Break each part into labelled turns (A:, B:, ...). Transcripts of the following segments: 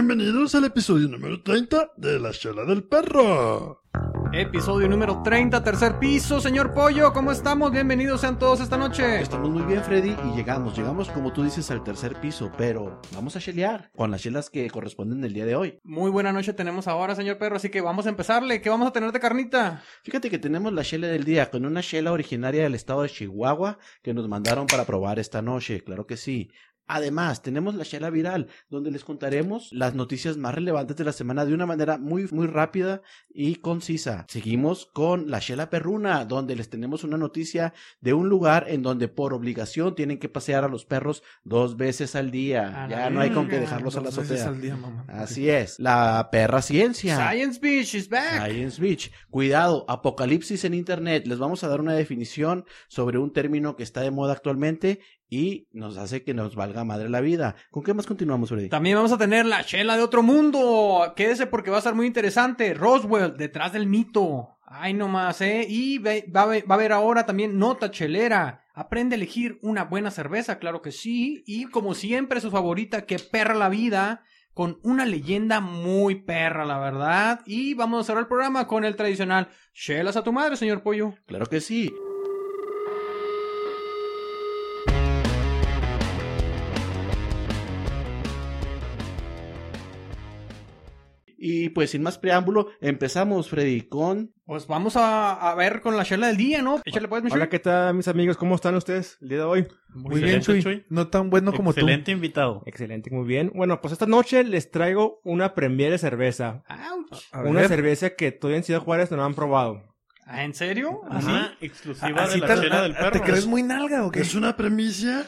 A: Bienvenidos al episodio número 30 de La Chela del Perro.
B: Episodio número 30, tercer piso, señor Pollo, ¿cómo estamos? Bienvenidos sean todos esta noche.
C: Estamos muy bien, Freddy, y llegamos, llegamos como tú dices al tercer piso, pero vamos a chelear con las chelas que corresponden del día de hoy.
B: Muy buena noche tenemos ahora, señor Perro, así que vamos a empezarle. ¿Qué vamos a tener de carnita?
C: Fíjate que tenemos la chela del día con una chela originaria del estado de Chihuahua que nos mandaron para probar esta noche, claro que sí. Además, tenemos la chela viral, donde les contaremos las noticias más relevantes de la semana de una manera muy, muy rápida y concisa. Seguimos con la chela perruna, donde les tenemos una noticia de un lugar en donde por obligación tienen que pasear a los perros dos veces al día.
B: A la
C: ya no hay con
B: verga,
C: qué dejarlos a la
D: Dos veces
C: azotea. Ah.
D: al día, Pues mamá.
C: Así es, la perra ciencia.
B: Science Beach is back.
C: Science Beach. Cuidado, apocalipsis en Internet. Les vamos a dar una definición sobre un término que está de moda actualmente y nos hace que nos valga madre la vida. ¿Con qué más continuamos, Freddy?
B: También vamos a tener la chela de otro mundo. Quédese porque va a estar muy interesante. Roswell, detrás del mito. Ay, nomás, ¿eh? Y ve- va, a ve- va a haber ahora también nota chelera. Aprende a elegir una buena cerveza, claro que sí. Y como siempre, su favorita, que perra la vida. Con una leyenda muy perra, la verdad. Y vamos a cerrar el programa con el tradicional. Chelas a tu madre, señor Pollo.
C: Claro que sí. Y pues sin más preámbulo, empezamos, Freddy, con...
B: Pues vamos a, a ver con la chela del día, ¿no? Échale, pues, mi
D: Hola,
B: Chuy.
D: ¿qué tal, mis amigos? ¿Cómo están ustedes el día de hoy?
E: Muy bien, Chuy.
D: No tan bueno como
E: Excelente invitado.
D: tú. Excelente, muy bien. Bueno, pues esta noche les traigo una premier de cerveza.
B: Ouch.
D: Una cerveza que todavía en Ciudad Juárez no han probado.
B: Ah, ¿En serio?
E: Ajá, exclusiva de
F: Así
E: la
F: te-
E: chela del
F: ¿Te
E: perro.
F: crees muy nalga o qué?
A: Es una premisa.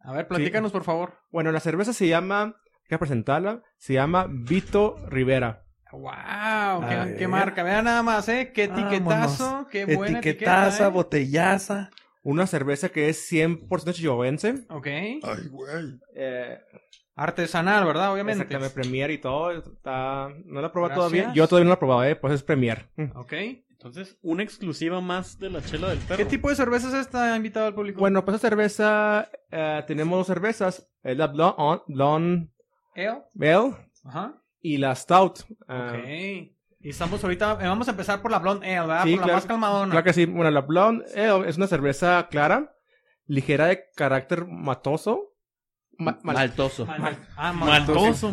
B: A ver, platícanos, por favor.
D: Bueno, la cerveza se llama, hay que presentarla, se llama Vito Rivera.
B: Wow,
F: A
B: qué,
F: ver.
B: qué marca. Vean nada más, ¿eh? Qué etiquetazo,
F: Vámonos.
B: qué buena
F: Etiquetaza,
B: etiqueta. ¿eh?
F: botellaza.
D: Una cerveza que es 100% chihuahuense.
B: Ok.
A: Ay, güey.
D: Eh,
B: Artesanal, ¿verdad? Obviamente.
D: exactamente, premier y todo. Está... No la he probado
B: Gracias.
D: todavía. Yo todavía no la he probado, eh, pues es premier.
B: Ok.
E: Entonces, una exclusiva más de la chela del perro.
B: ¿Qué tipo de cerveza es esta, invitado al público?
D: Bueno, pues esta cerveza, eh, tenemos dos cervezas. eh, La Blonde, Blonde
B: Ale.
D: Bell
B: Ajá.
D: y la Stout. Ah,
B: Ok. Y estamos ahorita... eh, vamos a empezar por la Blonde Ale, ¿verdad?
D: Sí,
B: por la
D: claro-
B: más calmadona.
D: Claro que sí. Bueno, la Blonde Ale es una cerveza clara, ligera de carácter matoso. ma-
B: Mm,
D: mal-
C: Maltoso.
B: Mal- mal- ah,
E: Maltoso, maltoso.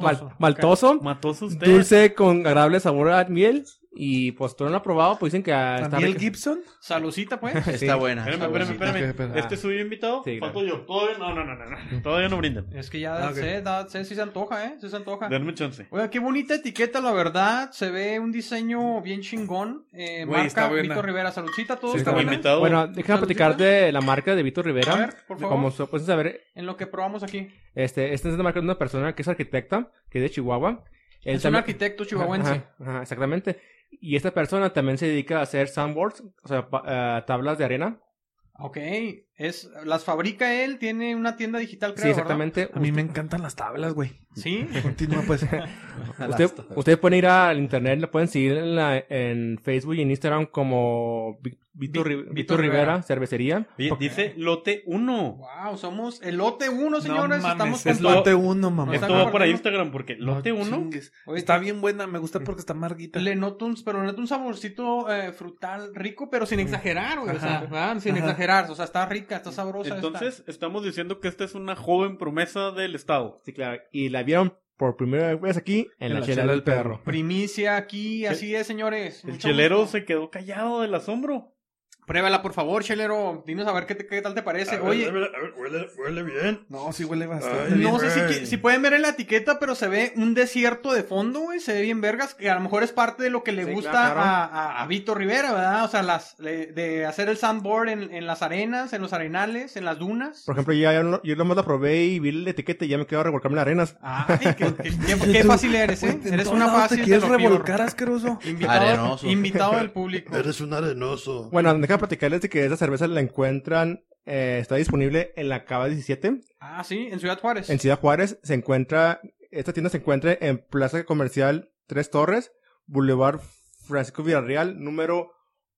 D: mal- maltoso.
E: Matoso usted.
D: Dulce con agradable sabor a miel. Y pues tú no lo has probado, pues dicen que ah, está
F: Daniel
D: rica.
F: Gibson.
B: Salucita, pues.
C: Está
F: Ah,
C: buena.
E: Espérame,
C: está
E: espérame,
C: buena.
E: espérame.
F: Ok, espera.
E: ¿Este es suyo invitado?
D: Sí,
E: Falto yo. Todavía no, no, no, no, no. Todavía no brindan.
B: Es que ya
F: Ah, ok.
B: sé, da- sé, sí se antoja, ¿eh? Sí se antoja.
E: Denme chance.
B: Oiga, qué bonita etiqueta, la verdad. Se ve un diseño bien chingón. Eh,
F: Güey, está
B: marca
F: buena.
B: Vito Rivera, saludcita, todo
D: Sí,
B: está
D: está
B: bueno.
E: invitado.
D: Bueno, déjame platicar de la marca de Vito Rivera.
B: A ver, por favor.
D: Como so- pueden saber,
B: En lo que probamos aquí.
D: este, esta es la marca de una persona que es arquitecta, que es de Chihuahua. Él
B: es un
D: también-
B: arquitecto chihuahuense.
D: Ajá, ajá, exactamente. Y esta persona también se dedica a hacer sandboards, o sea, pa- ah, tablas de arena.
B: Ok. Es, las fabrica él, tiene una tienda digital, creo,
D: sí, exactamente.
F: A mí me encantan las tablas, güey.
B: ¿verdad? Sí.
F: Continúa, pues.
D: Usted, usted pueden ir al internet, lo pueden seguir en, la- en Facebook y en Instagram como Vi- Vito,
B: Vi-
D: Ri-
B: Vito
D: Vito
B: Rivera.
D: Rivera, Cervecería.
E: Oye, Dice lote 1.
B: Wow, somos elote uno, señores.
F: no
B: Estamos
F: mames,
B: con
F: es lote uno,
B: No
F: mamá.
B: está
E: Esto va para
B: compartiendo.
E: Instagram porque lote 1.
F: Chingues.
B: Oye,
F: Está
B: te-
F: bien buena, me gusta porque está marguita.
B: Le noto un, pero le noto un saborcito eh, frutal rico, pero sin exagerar, güey. O sea,
F: Mm. Ajá.
B: ¿verdad? sin
F: Ajá.
B: exagerar. O sea, está rica, está sabrosa.
E: Entonces, estamos diciendo que esta es una joven promesa del Estado.
D: Sí, claro. Y la vieron por primera vez aquí en, la, chela, del perro.
B: esta. Primicia aquí, así es, señores.
E: El
B: Mucho
E: chelero
B: gusto.
E: se quedó callado del asombro.
B: Pruébala, por favor, Chelero. Dinos a ver qué, te- qué tal te parece.
A: A ver,
B: Oye,
A: a ver, a ver, huele, huele bien.
F: No, sí huele bastante
A: Ay,
F: bien.
B: no sé si,
A: güey.
B: qui- si pueden ver en la etiqueta, pero se ve un desierto de fondo, güey. Se ve bien vergas, que a lo mejor es parte de lo que le
D: Sí,
B: gusta
D: claro.
B: a, a- a Vito Rivera, ¿verdad? O sea, las, de, de hacer el sandboard en, en las arenas, en los arenales, en las dunas.
D: Por ejemplo, yo, yo, no- yo nomás la probé y vi la etiqueta y ya me quedo a revolcarme las arenas.
B: Ah, Ay, qué, qué- qué-
F: Oye,
B: qué
F: tú,
B: fácil eres, ¿eh?
F: güey, en
B: Eres
F: todos
B: una
F: lados
B: fácil.
F: Te
B: de
F: quieres
B: lo peor.
F: revolcar, asqueroso.
B: Invitado,
C: Arenoso.
B: invitado del público.
A: Eres un arenoso.
D: Bueno, déjame platicarles de que esta cerveza la encuentran, eh, está disponible en la Cava 17.
B: Ah, sí, en Ciudad Juárez.
D: En Ciudad Juárez se encuentra, esta tienda se encuentra en Plaza Comercial Tres Torres, Boulevard Francisco Villarreal, número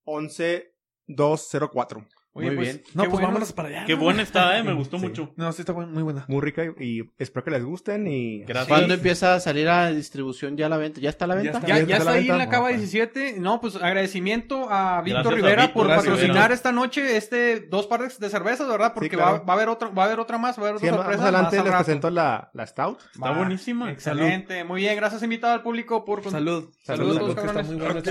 D: 11204.
B: Oye,
C: Muy
B: pues,
C: bien.
B: qué
F: No, pues
B: bueno.
F: vámonos para allá.
E: Qué
F: ¿no?
E: buena está, eh, me gustó
D: Sí.
E: mucho.
F: No, sí está buena, muy buena.
D: Muy rica y, y espero que les gusten y...
E: Gracias.
C: ¿Cuándo empieza a salir a distribución ya la venta? ¿Ya está a la
F: Ya
C: venta?
F: está.
B: Ya, ya
D: ¿Está
B: está
D: la
B: ahí en
D: venta?
B: la cava
D: Ah, ok.
B: 17. No, pues agradecimiento a Víctor
E: Gracias a
B: Rivera
E: Víctor,
B: por
E: gracias,
B: patrocinar
E: Rivera.
B: esta noche este dos partes de cervezas, ¿verdad? Porque va,
D: claro.
B: va a haber otra, va a haber otra más, va a haber
D: Sí,
B: otra
D: más
B: sorpresa.
D: más
B: más
D: adelante
B: al
D: les
B: rato.
D: presento la, la Stout.
E: Está
B: Va.
E: buenísima.
B: Excelente, muy bien, gracias invitado al público por con-
F: Salud.
B: Saludos,
D: Saludos,
F: porque
B: cabrones.
F: está muy buena.
A: Ok,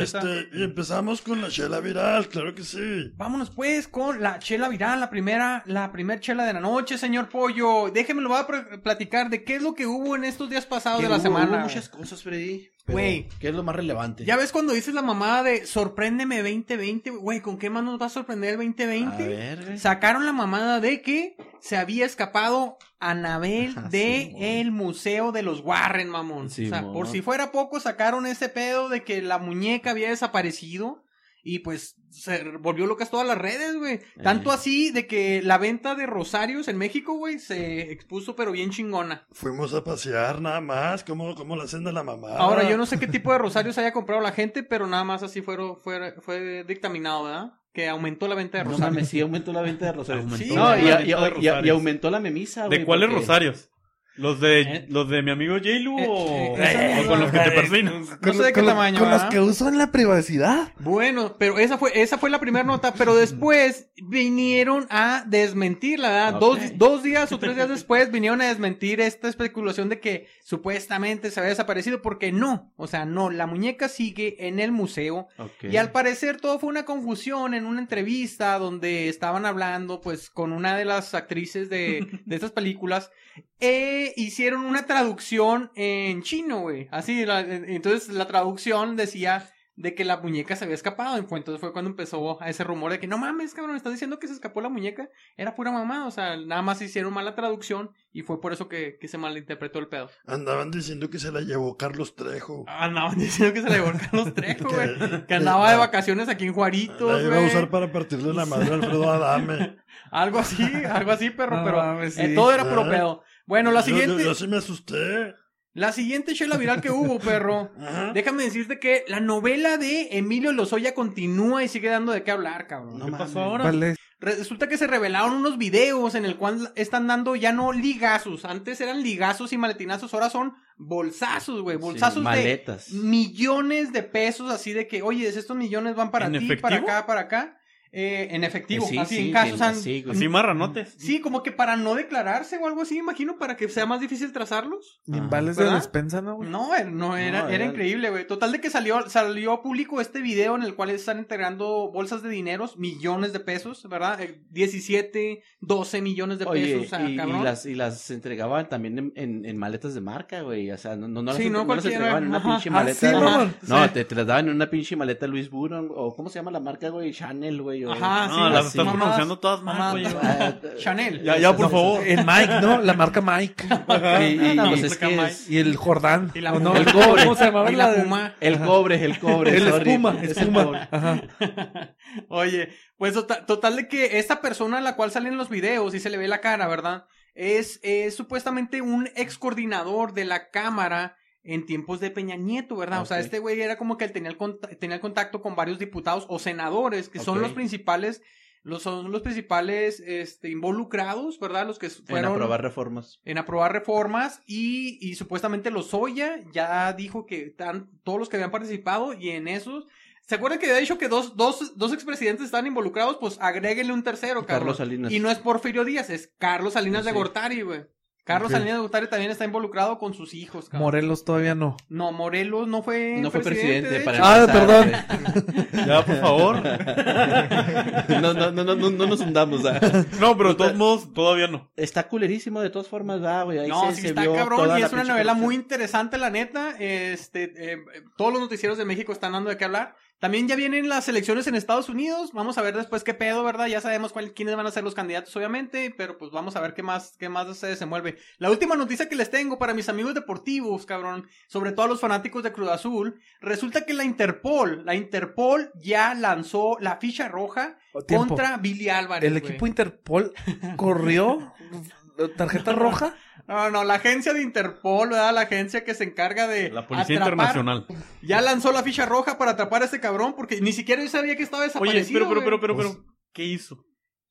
A: este, y empezamos con la chela viral, claro que sí.
B: Vámonos pues con la chela viral, la primera, la primer chela de la noche, señor Pollo. Déjeme lo voy a pr- platicar de qué es lo que hubo en estos días pasados de la
C: Hubo-
B: semana.
C: hubo
B: güey.
C: muchas cosas, Freddy. pero
B: Güey.
C: ¿Qué es lo más relevante?
B: Ya ves cuando dices la mamada de sorpréndeme 2020, güey, ¿con qué más nos va a sorprender el
C: A
B: 2020?
C: ver, güey.
B: Sacaron la mamada de que se había escapado Anabel
C: Ah,
B: de
C: Simón.
B: el museo de los Warren, mamón. o sea,
C: Simón.
B: por si fuera poco, sacaron ese pedo de que la muñeca había desaparecido. Y pues se volvió locas todas las redes, güey. Tanto
C: Eh.
B: así de que la venta de rosarios en México, güey, se expuso pero bien chingona.
A: Fuimos a pasear nada más, como, como la hacienda de la mamá.
B: Ahora, yo no sé qué tipo de rosarios haya comprado la gente, pero nada más así fueron, fue, fue dictaminado, ¿verdad? Que aumentó la venta de
C: No
B: rosarios.
C: mames, sí aumentó la venta de rosarios.
B: Sí,
C: no, y,
E: güey.
C: y-
E: Aumentó de
C: y-
E: rosarios.
C: y aumentó la memisa, güey.
E: ¿De cuáles
C: porque-
E: rosarios? ¿Los de,
B: Ah, ¿Eh?
E: los de mi amigo J-Lu
B: Eh,
E: o,
B: eh, esa
E: o con los que te
A: amiga.
E: persinas?
B: No sé de qué
F: lo-
B: tamaño,
F: Con los
B: ¿ah?
F: que uso en la privacidad.
B: Bueno, pero esa fue, esa fue la primera nota, pero después vinieron a desmentirla, ¿verdad?
C: Ok.
B: Dos, dos días o tres días después vinieron a desmentir esta especulación de que supuestamente se había desaparecido, porque no, o sea, no, la muñeca sigue en el museo
C: Ok.
B: y al parecer todo fue una confusión en una entrevista donde estaban hablando pues con una de las actrices de, de estas películas e hicieron una traducción en chino, güey. Así, la- en- entonces la traducción decía de que la muñeca se había escapado. Fue- Entonces fue cuando empezó a ese rumor de que no mames, cabrón, estás diciendo que se escapó la muñeca. Era pura mamá, o sea, nada más hicieron mala traducción y fue por eso que, que se malinterpretó el pedo.
A: Andaban diciendo que se la llevó Carlos Trejo.
B: Andaban diciendo que se le volcaron los trejo, Ah, güey.
A: Que
B: Que andaba de vacaciones aquí en Juarito.
A: La iba a usar para partirle la madre a Alfredo Adame.
B: Algo así, algo así, perro,
F: No
B: pero
F: mames,
B: eh,
F: sí.
B: todo era puro
A: Ah.
B: pedo. Bueno, la
A: Yo- yo-
B: siguiente,
A: Yo, sí me asusté.
B: la siguiente chela viral que hubo, perro.
A: Ajá.
B: Déjame decirte que la novela de Emilio Lozoya continúa y sigue dando de qué hablar, cabrón.
C: No mames.
E: pasó ahora?
F: Vale.
B: Ah, Resulta que se revelaron unos videos en el cual están dando ya no ligazos. Antes eran ligazos y maletinazos, ahora son bolsazos, güey.
C: Sí,
B: Bolsazos de
C: maletas.
B: millones de pesos, así de que, oye, estos millones van para
E: ¿En
B: ti, para
E: efectivo?
B: acá, para acá. Eh, en efectivo,
C: Eh, sí,
B: así
C: sí,
B: en caso.
C: que-
B: o sea,
C: sí, güey.
E: Así marranotes.
B: Sí, como que para no declararse o algo así, imagino, para que sea más difícil trazarlos.
F: Ni
C: Ajá.
F: vales de
B: ¿Verdad?
F: despensa, ¿no, güey?
B: No, eh, no era,
C: No,
B: era
C: era-
B: increíble, güey. Total de que salió, salió público este video en el cual están entregando bolsas de dineros, millones de pesos, ¿verdad? Eh, 17, 12 millones de pesos
C: Oye,
B: o sea,
C: y, y
B: cabrón.
C: las, y las entregaban también en, en- en maletas de marca, güey. O sea, no, no, no las,
B: Sí,
C: entre-
B: no
C: no las
B: cualquiera.
C: entregaban en una
B: Ajá.
C: pinche
B: Ah,
C: maleta.
B: sí,
C: no,
B: mamón.
C: no,
B: Sí.
C: te, te las daban en una pinche maleta Luis Vuitton o ¿cómo se llama la marca, güey? Chanel, güey. o-
B: Ajá,
E: No,
B: ah, sí,
E: las
B: sí.
E: estás
B: Mamás,
E: pronunciando todas mal,
B: mamás,
E: güey.
C: Ah,
B: Chanel.
E: Ya, ya, por favor.
F: El Mike, ¿no? La marca Mike.
C: Y-
G: Ah,
C: y-
F: No,
C: y-
F: pues es que es- Y el Jordán.
B: Y la,
F: ¿o no?
B: el
C: cobre.
B: ¿Cómo se llamaba
F: Y
B: la
F: la
B: de-
C: El cobre, el cobre.
F: El
C: sorry,
F: espuma,
C: es el cobre.
F: espuma. Ajá.
B: Oye, pues tota- total de que esta persona a la cual salen los videos y se le ve la cara, ¿verdad? Es, es supuestamente un ex coordinador de la Cámara en tiempos de Peña Nieto, ¿verdad? O sea,
C: Ok.
B: este güey era como que él tenía el, cont- tenía el contacto con varios diputados o senadores, que son
C: Ok.
B: los principales, los, son los principales este, involucrados, ¿verdad? Los que
C: En
B: fueron
C: aprobar reformas.
B: en aprobar reformas y, y supuestamente Lozoya ya dijo que tan- todos los que habían participado y en esos... ¿Se acuerdan que había dicho que dos, dos, dos expresidentes estaban involucrados? Pues agréguenle un tercero, Carlos
C: Carlos Salinas.
B: Y no es Porfirio Díaz, es Carlos Salinas de
C: Sí.
B: Gortari, güey. Carlos
F: Ok.
B: Salinas de Gortari también está involucrado con sus hijos, cabrón.
F: Morelos todavía no.
B: no, Morelos no fue
C: No fue presidente,
B: de
C: para
B: hecho.
F: Ah,
C: empezar,
E: Ya, por favor.
C: güey. No, no, no, no, no, no nos hundamos. ah.
E: No, pero de todos modos, todavía no.
C: Está culerísimo de todas formas, va, güey. Ahí
B: No,
C: se-
B: sí
C: se
B: está
C: vio
B: cabrón
C: toda
B: y
C: la
B: es una
C: pinche
B: novela
C: corrupción.
B: muy interesante, la neta. Este, eh, todos los noticieros de México están dando de qué hablar. También ya vienen las elecciones en Estados Unidos. Vamos a ver después qué pedo, ¿verdad? Ya sabemos cuál- quiénes van a ser los candidatos, obviamente, pero pues vamos a ver qué más, qué más se desenvuelve. La última noticia que les tengo para mis amigos deportivos, cabrón, sobre todo a los fanáticos de Cruz Azul, resulta que la Interpol, la Interpol ya lanzó la ficha roja
F: Tiempo.
B: contra Billy Álvarez.
F: El
B: güey.
F: equipo Interpol corrió tarjeta roja.
B: No, no, la agencia de Interpol, ¿verdad? La agencia que se encarga de.
E: La Policía
B: atrapar-
E: Internacional.
B: Ya lanzó la ficha roja para atrapar a este cabrón porque ni siquiera yo sabía que estaba
E: Oye,
B: desaparecido.
E: pero, pero,
B: güey. Pues,
E: pero, pero, pero. ¿Qué hizo?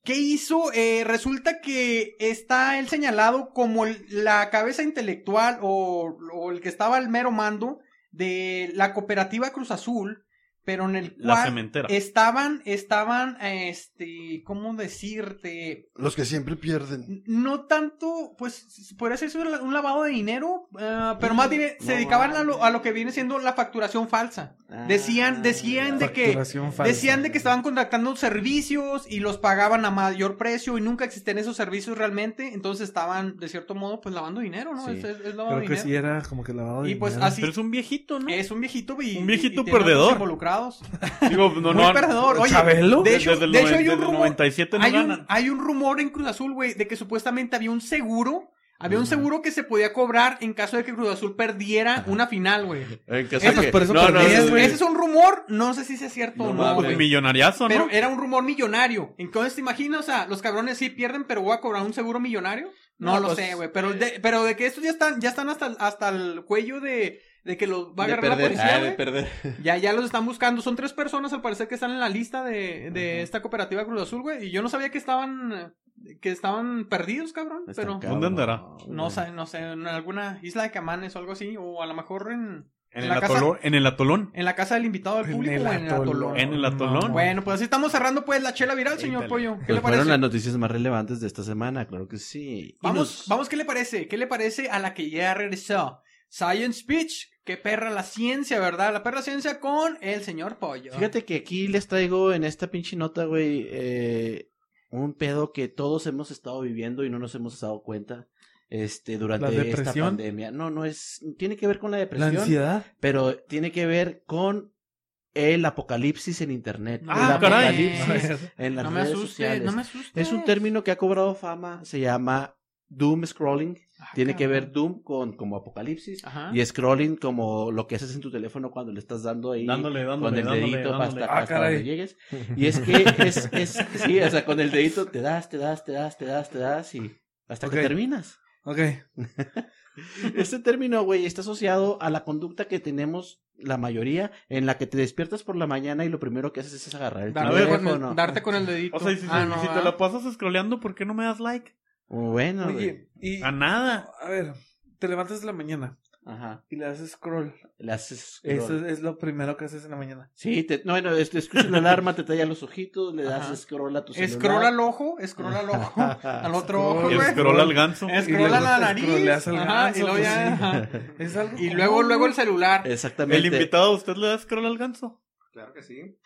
B: ¿Qué hizo? Eh, resulta que está él señalado como el- la cabeza intelectual o, o el que estaba al mero mando de la cooperativa Cruz Azul, pero en el
E: La
B: cual
E: cementera.
B: estaban, estaban, este, ¿cómo decirte?
A: Los que siempre pierden.
B: No tanto, pues podría ser un la- un lavado de dinero, eh, pero más bien se dedicaban a lo, a lo que viene siendo la facturación falsa. Decían, decían de que
F: Ah, Facturación falsa.
B: decían de que estaban contratando servicios y los pagaban a mayor precio y nunca existían esos servicios realmente, entonces estaban de cierto modo pues lavando dinero, ¿no?
C: Sí.
B: Es, es- es lavado
F: Creo
B: de
F: que
B: dinero.
F: sí era como que lavado de
B: Y pues
F: dinero.
B: así
E: Pero es un viejito, ¿no?
B: es un viejito y,
E: Un viejito
B: y tiene otros
E: perdedor.
B: involucrados.
E: Digo, no,
B: Muy
E: no.
B: perdedor. Oye,
F: ¿Chabelo?
B: de hecho,
E: desde el
B: de hecho hay un
E: noven- desde el
B: rumor
E: 97 no
B: hay un,
E: ganan.
B: hay un rumor en Cruz Azul, güey, de que supuestamente había un seguro. Había un seguro que se podía cobrar en caso de que Cruz Azul perdiera una final, güey.
C: Ah, En caso
B: Eh, pues,
C: que-
F: por eso
C: no, no,
F: perdí,
C: no,
B: Ese
F: es,
C: no,
B: ese es un rumor, no sé si sea cierto
C: No
B: o no,
C: mames.
B: güey.
E: Un Millonario,
B: Pero
E: ¿no?
B: era un rumor millonario. Entonces, ¿te imaginas? O sea, los cabrones sí pierden, pero voy a cobrar un seguro millonario. No,
E: No,
B: lo
E: pues,
B: sé, güey. Pero de, pero de que estos ya están, ya están hasta, el- hasta el cuello de, de que los va a
C: de
B: agarrar
C: perder.
B: la policía,
C: Ah, de
B: güey.
C: perder.
B: Ya, ya los están buscando. Son tres personas al parecer que están en la lista de, de esta cooperativa Cruz Azul, güey. Y yo no sabía que estaban, que estaban perdidos, cabrón.
C: Está
B: pero
C: cabrón,
E: ¿Dónde andará?
B: no
C: güey.
B: sé, no sé, en alguna isla de Camanes o algo así. O a lo mejor en,
E: En
B: en
E: el
B: la casa-
E: atolón. En el atolón.
B: en la casa del invitado del público o en el atolón.
E: En el atolón.
B: Bueno, pues así estamos cerrando pues la chela viral, señor
E: Éntale.
B: Pollo. ¿Qué
C: Pues
B: le
C: fueron las
B: parece?
C: noticias más relevantes de esta semana, claro que sí. Y
B: Vamos,
C: nos-
B: vamos, ¿qué le parece? ¿Qué le parece a la que ya regresó? Science Speech, qué perra la ciencia, ¿verdad? La perra ciencia con el señor Pollo.
C: Fíjate que aquí les traigo en esta pinche nota, güey, eh, un pedo que todos hemos estado viviendo y no nos hemos dado cuenta este, durante
F: ¿La
C: esta
F: depresión?
C: pandemia. No, no es, tiene que ver con la
F: La
C: depresión,
F: ansiedad.
C: pero tiene que ver con el apocalipsis en internet.
B: Ah,
C: el
E: caray.
C: apocalipsis en las
B: no me
C: redes
B: asustes,
C: sociales.
B: no me asustes.
C: Es un término que ha cobrado fama, se llama doom scrolling.
B: Ah,
C: Tiene que
B: cabrón.
C: ver doom con como apocalipsis
B: Ajá.
C: y scrolling como lo que haces en tu teléfono cuando le estás dando ahí
E: Dándole, dándole,
C: con el
E: dándole,
C: dedito
E: dándole.
C: hasta,
F: Ah,
C: hasta
F: caray.
C: donde llegues. Y es que es, es, sí, o sea, con el dedito te das, te das, te das, te das, te das y hasta
F: Ok.
C: que terminas.
F: Ok.
C: Este término, güey, está asociado a la conducta que tenemos la mayoría en la que te despiertas por la mañana y lo primero que haces es agarrar el
B: Darte, con el,
C: teléfono.
B: darte con el dedito.
E: O sea, y si,
B: Ah, no,
E: si te
B: ¿verdad?
E: la pasas scrolleando, ¿por qué no me das like?
C: Bueno, güey.
F: Oye, y
E: A
F: a
E: nada.
F: ver, te levantas en la mañana
C: Ajá.
F: y le haces scroll.
C: Le haces
F: Eso
C: scroll.
F: es, es lo primero que haces en la mañana.
C: Sí, te, no, bueno, es- te escuchas la alarma, te talla los ojitos, le das
B: Ajá.
C: scroll a tu celular.
B: Scroll al ojo, scroll al ojo, al otro ojo,
F: Scroll.
E: El
B: güey.
E: scroll al ganso.
F: Es-
B: Scroll a la
F: Y luego te
B: nariz.
F: scrolleas al
B: ajá, y
F: ganso,
B: luego
F: pues,
B: ya,
F: sí.
B: ajá.
F: Es algo
B: Y luego,
F: común.
B: luego el celular.
C: Exactamente.
E: El invitado, ¿usted le da scroll al ganso?
D: Claro que sí.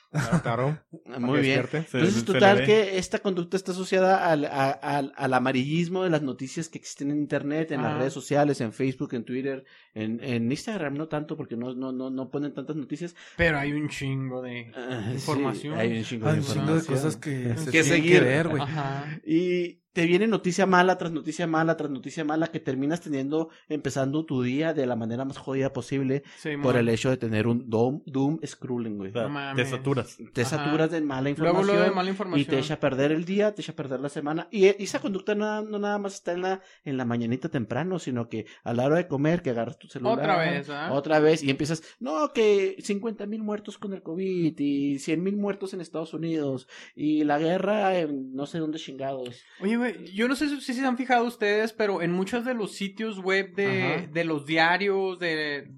D: Claro, claro.
C: Muy
D: Para que
C: bien.
D: despierte.
E: Se-
F: Este,
C: Entonces,
E: se le
C: total
E: ve.
C: que esta conducta está asociada al, a- al, al amarillismo de las noticias que existen en Internet, en las
B: Ajá.
C: redes sociales, en Facebook, en Twitter, en, en Instagram, no tanto porque no, no, no, no ponen tantas noticias.
B: Pero hay un chingo de.
C: Ah, sí,
B: Información.
C: hay un chingo de
F: Hay un chingo de
C: información. Este,
F: cosas que se
C: Que
F: tienen
C: seguir.
F: que ver, güey.
B: Ajá.
C: Y te viene noticia mala tras noticia mala tras noticia mala que terminas teniendo, empezando tu día de la manera más jodida posible
B: Sí,
C: por
B: mon.
C: el hecho de tener un doom, doom scrolling, güey.
E: O sea,
B: No mames.
E: te saturas.
C: Te
B: Ajá.
C: saturas de mala
B: Luego
C: información.
B: lo de mala
C: Y
B: información.
C: te echa a perder el día, te echa a perder la semana. Y e- esa conducta no, no nada más está en la, en la mañanita temprano, sino que a la hora de comer, que agarras tu celular.
B: Otra vez, ¿ah?
C: Otra vez, y empiezas, no, que 50 mil muertos con el COVID y 100 mil muertos en Estados Unidos y la guerra en no sé dónde chingados.
B: Oye, güey, yo no sé si, si se han fijado ustedes, pero en muchos de los sitios web de,
D: Ajá.
B: de los diarios, de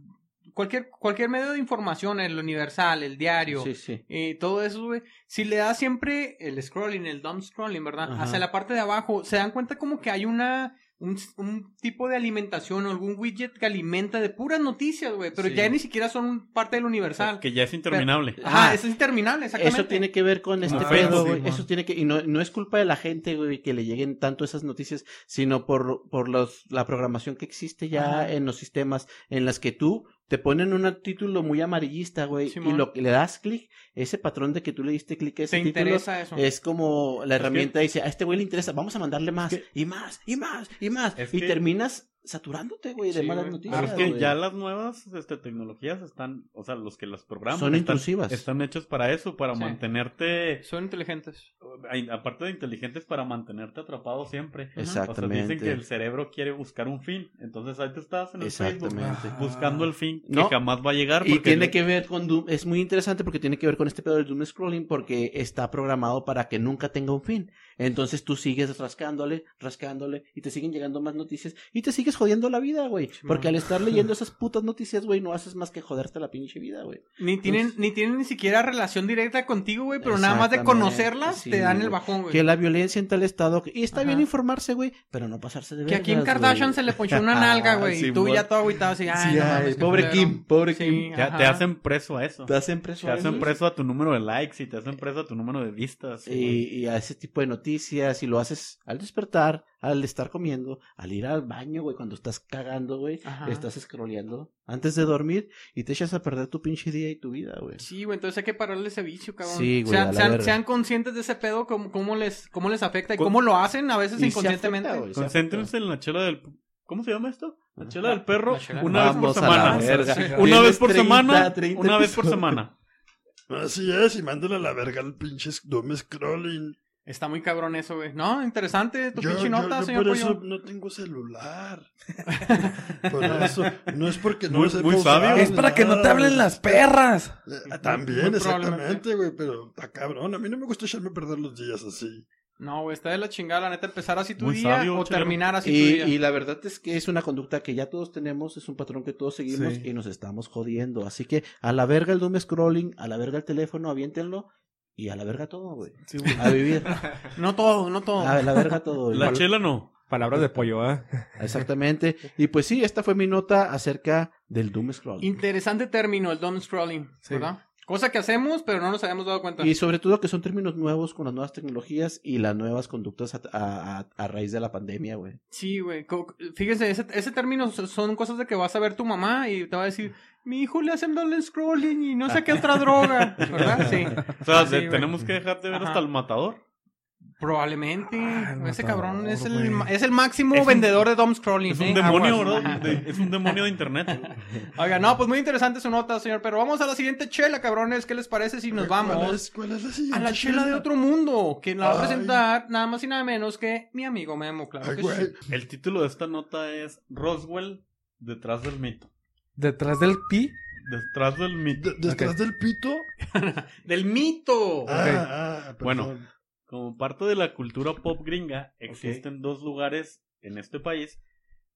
B: cualquier, cualquier medio de información, el universal, el diario,
C: Sí, sí.
B: y todo eso, güey. Si le das siempre el scrolling, el dumb scrolling, ¿verdad?
C: Ajá.
B: Hacia la parte de abajo, se dan cuenta como que hay una. Un, un tipo de alimentación o algún widget que alimenta de puras noticias, güey. Pero
C: Sí.
B: ya ni siquiera son parte del universal.
E: Que ya es interminable.
B: Ajá,
C: Ah,
B: eso es interminable, exactamente.
C: Eso tiene que ver con este
E: Como
C: pedo,
E: Facebook,
C: güey.
F: Simón.
C: Eso tiene que. Y no, no es culpa de la gente, güey, que le lleguen tanto esas noticias, sino por, por los, la programación que existe ya
B: Ajá.
C: en los sistemas en las que tú te ponen un título muy amarillista, güey, y
B: Simón.
C: lo que le das clic, ese patrón de que tú le diste clic a ese
B: ¿Te
C: título.
B: interesa eso?
C: Es como la
E: que-
C: herramienta dice, a este güey le interesa, vamos a mandarle más,
E: es
C: y más, y más, y más.
E: es
C: y
E: que-
C: terminas saturándote, güey, de
B: Sí,
C: malas
B: güey.
C: noticias.
E: Pero es que
C: güey.
E: ya las nuevas este, tecnologías están, o sea, los que las programan
C: Son
E: están,
C: intrusivas.
E: están hechos para eso, para
B: Sí.
E: mantenerte,
B: Son inteligentes.
E: ay, aparte de inteligentes, para mantenerte atrapado siempre. O sea,
C: Exactamente.
E: dicen que el cerebro quiere buscar un fin, entonces ahí te estás en el Facebook
C: Exactamente.
F: Ah,
E: buscando el fin
C: No.
E: que jamás va a llegar.
C: Y
E: porque
C: tiene
E: no-
C: que ver con Doom, es muy interesante porque tiene que ver con este pedo del Doom Scrolling porque está programado para que nunca tenga un fin. Entonces tú sigues rascándole, rascándole y te siguen llegando más noticias y te sigues jodiendo la vida, güey. Porque al estar leyendo esas putas noticias, güey, no haces más que joderte la pinche vida, güey.
B: Ni tienen, ni tienen ni siquiera relación directa contigo, güey, pero nada más de
C: Exactamente,
B: conocerlas
C: sí,
B: te dan el
C: güey.
B: bajón, güey.
C: Que
B: Que,
C: la violencia en tal estado, y está
B: Ajá.
C: bien informarse, güey, pero no pasarse de
B: aquí en
C: vergas,
B: Kardashian
C: güey.
B: se le ponchó una nalga, güey, y tú
E: Simón.
B: ya todo agüitado así, ay,
C: Sí,
B: no
C: ay,
B: mames, qué
C: pobre
B: culero".
C: Kim, pobre
B: Sí,
C: Kim.
E: Ya te
B: ajá.
E: hacen preso a eso.
C: Te hacen preso.
E: Te
C: ahí.
E: hacen preso a tu número de likes y te hacen preso a tu número de vistas. güey.
C: y, y a ese tipo de noticias y lo haces al despertar, al estar comiendo, al ir al baño, güey, cuando estás cagando, güey,
B: Ajá.
C: estás scrolleando antes de dormir y te echas a perder tu pinche día y tu vida, güey.
B: Sí, güey, entonces hay que pararle ese vicio, cabrón.
C: Sí, güey,
B: Sean,
C: a la
B: sean-
C: verga.
B: sean conscientes de ese pedo, cómo, cómo les, cómo les afecta y
E: Con-
B: cómo lo hacen a veces
C: Y se
B: inconscientemente.
C: afecta, güey, se
E: Concéntrense en la chela del... ¿Cómo se llama esto? La
C: Ajá.
E: chela del perro
B: La chela
E: una
B: del
E: vez por
C: Vamos a la
E: semana.
C: verga.
E: Una
C: Tienes
E: vez por
C: 30,
E: semana.
C: 30
E: Una vez por
C: episodios.
E: semana.
A: Así es, y mándale a la verga al pinche Doom Scrolling.
B: Está muy cabrón eso, güey. No, interesante tu
A: Yo,
B: pinche
A: yo-
B: nota,
A: yo
B: señor
A: por
B: Pollo.
A: eso no tengo celular. por eso. No es porque no
E: Muy-
A: sepa
E: muy sabio.
A: usar
F: Es para que no te
A: nada,
F: hablen
A: güey.
F: las perras.
A: Eh, También,
B: Muy probablemente.
A: exactamente, güey, pero está cabrón. A mí no me gusta echarme a perder los días así.
B: No, güey, está de la chingada, la neta, empezar así tu
E: Muy
B: día
E: sabio,
B: o
E: Chelero.
B: terminar así tu
C: Y,
B: día.
C: y la verdad es que es una conducta que ya todos tenemos, es un patrón que todos seguimos
F: Sí.
C: y nos estamos jodiendo. Así que a la verga el doom scrolling, a la verga el teléfono, aviéntenlo y a la verga todo, güey.
F: Sí, güey.
C: A vivir.
B: No todo, no todo.
C: A la verga todo. güey.
E: La chela no.
D: Palabras de pollo, ¿eh?
C: Exactamente. Y pues sí, esta fue mi nota acerca del Doom Scrolling.
B: Interesante término, el dumb scrolling,
F: Sí.
B: ¿verdad? Cosa que hacemos, pero no nos habíamos dado cuenta.
C: Y sobre todo que son términos nuevos con las nuevas tecnologías y las nuevas conductas a, a- a- a raíz de la pandemia, güey.
B: Sí, güey. co- Fíjense, ese, ese término so- son cosas de que vas a ver tu mamá y te va a decir, mi hijo le hace el dumb scrolling y no sé qué otra droga, ¿verdad? Sí.
E: O sea,
B: Sí,
E: de-
B: güey.
E: tenemos que dejar de ver
B: Ajá.
E: hasta el matador.
B: Probablemente.
F: Ah, el
B: ese
F: matador,
B: cabrón es el,
F: güey.
B: ma- es el máximo
E: Es un-
B: vendedor de dumb scrolling.
E: Es un
B: ¿eh?
E: demonio,
B: Aguas.
E: ¿verdad? De- Es un demonio de internet.
B: Oiga, no, pues muy interesante su nota, señor. Pero vamos a la siguiente chela, cabrones. ¿Qué les parece si nos
A: ¿Cuál
B: vamos?
A: es- ¿Cuál es la siguiente?
B: A la chela de otro mundo, que la va a
A: Ay.
B: presentar nada más y nada menos que mi amigo Memo, claro
A: Ay,
B: que
A: güey.
B: sí.
E: El título de esta nota es Roswell detrás del mito.
F: Detrás del pi.
E: Detrás del mito.
A: De- ¿Detrás del pito?
B: Del mito.
A: Ah, ah,
E: Bueno.
A: perdón.
E: Como parte de la cultura pop gringa, existen dos lugares en este país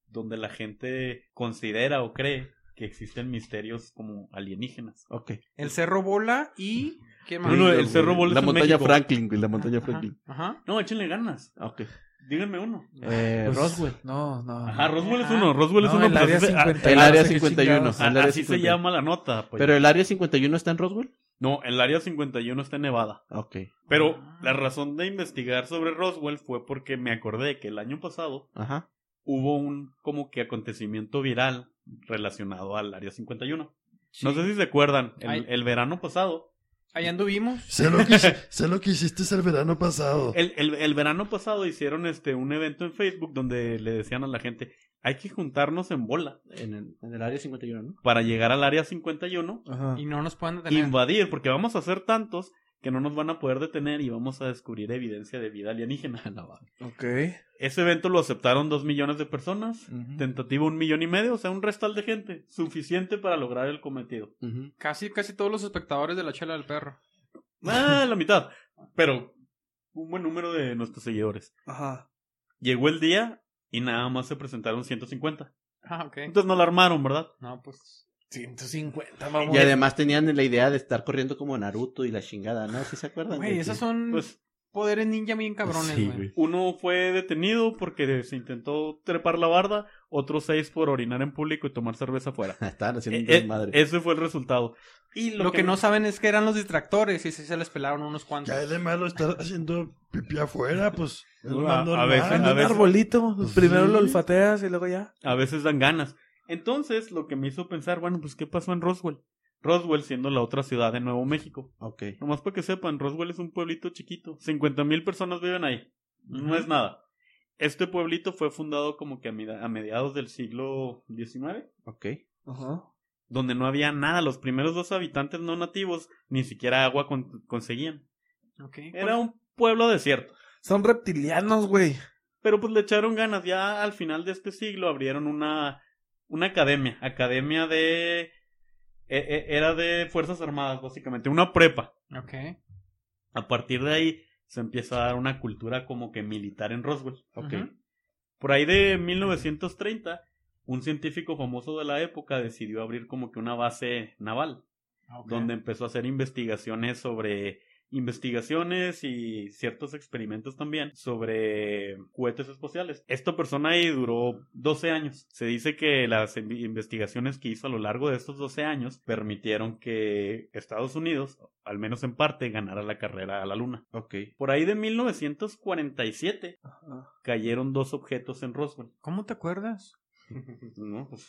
E: donde la gente considera o cree que existen misterios como alienígenas.
C: Ok.
B: El cerro bola y. ¿Quién más?
E: No, no, el Cerro Bola
C: La
E: es en
C: montaña
E: México.
C: Franklin, güey. La montaña
B: Ajá,
C: Franklin.
B: Ajá.
E: No, échenle ganas.
C: Ok.
E: Díganme uno.
C: Eh,
F: Pues,
C: Roswell.
F: No, no.
E: Ajá, Roswell es
B: Ajá.
E: uno. Roswell es
F: No,
E: uno.
F: el
E: pero
F: área
E: así se- ah,
F: 51.
C: El área
F: no sé qué
C: 51.
F: chingados.
E: ah,
C: El área
E: así se
C: 51.
E: llama la nota. pues.
C: Pero el área 51 está en Roswell.
E: No, el área 51 está en Nevada.
C: Ok.
E: Pero
B: Ah.
E: la razón de investigar sobre Roswell fue porque me acordé que el año pasado
C: Ajá.
E: hubo un como que acontecimiento viral relacionado al área 51. No sé si se acuerdan,
B: Ay.
E: el, el verano pasado.
B: Allá anduvimos.
A: Sé lo, que, hici- sé lo que hiciste el verano pasado.
E: El, el- el verano pasado hicieron este un evento en Facebook donde le decían a la gente, hay que juntarnos en bola
C: En el, en el área 51, ¿no?
E: para llegar al área 51,
F: Ajá.
B: Y no nos pueden detener.
E: invadir, porque vamos a ser tantos que no nos van a poder detener y vamos a descubrir evidencia de vida alienígena.
F: Ok.
E: Ese evento lo aceptaron dos millones de personas.
F: Ujú.
E: Tentativa un millón y medio, o sea, un restal de gente, suficiente para lograr el cometido.
C: Ujú.
B: Casi, casi todos los espectadores de la chela del perro.
E: Ah, la mitad. Pero un buen número de nuestros seguidores.
F: Ajá.
E: Llegó el día y nada más se presentaron 150.
B: Ah, ok.
E: Entonces no la armaron, ¿verdad?
B: No, pues.
F: 150, mamón.
C: Y además tenían la idea de estar corriendo como Naruto y la chingada, ¿no? ¿Sí se acuerdan?
B: Güey,
C: de
B: esos
C: que-
B: son
E: Pues
B: poderes ninja bien cabrones,
D: Sí,
B: güey.
D: güey.
E: uno fue detenido porque se intentó trepar la barda, otros seis por orinar en público y tomar cerveza afuera.
C: Estaban haciendo
E: Eh,
C: un
E: eh,
C: desmadre.
E: ese fue el resultado. Y
B: Lo, que, no saben es que eran los distractores y sí se les pelaron unos cuantos.
A: Ya es de malo estar haciendo pipí afuera, pues. es lo más
E: A- a
A: normal.
E: veces-
F: En
E: a
F: un
E: veces-
F: arbolito.
A: Pues
F: Primero
A: sí.
F: lo olfateas y luego ya.
E: a veces dan ganas. Entonces, lo que me hizo pensar, bueno, pues ¿qué pasó en Roswell? Roswell siendo la otra ciudad de Nuevo México.
C: Ok.
E: Nomás para que sepan, Roswell es un pueblito chiquito. 50 mil personas viven ahí. No es nada. Este pueblito fue fundado como que a mida- a mediados del siglo XIX.
C: Ok.
F: Ajá.
E: donde no había nada. Los primeros dos habitantes no nativos ni siquiera agua con- conseguían.
B: Ok.
E: Era un pueblo desierto.
F: Son reptilianos, güey.
E: Pero pues le echaron ganas. Ya al final de este siglo abrieron una, una academia. Academia de... e- e- Era de Fuerzas Armadas, básicamente. Una prepa.
B: pues, Ok.
E: A partir de ahí se empieza a dar una cultura como que militar en Roswell.
B: Ok.
E: Por ahí de 1930, un científico famoso de la época decidió abrir como que una base naval.
B: ok.
E: donde empezó a hacer investigaciones sobre investigaciones y ciertos experimentos también sobre cohetes espaciales. Esta persona ahí duró 12 años. Se dice que las in- investigaciones que hizo a lo largo de estos 12 años permitieron que Estados Unidos, al menos en parte, ganara la carrera a la Luna.
C: Ok.
E: Por ahí de 1947
F: Ajá.
E: cayeron dos objetos en Roswell.
B: ¿Cómo te acuerdas?
E: No, pues,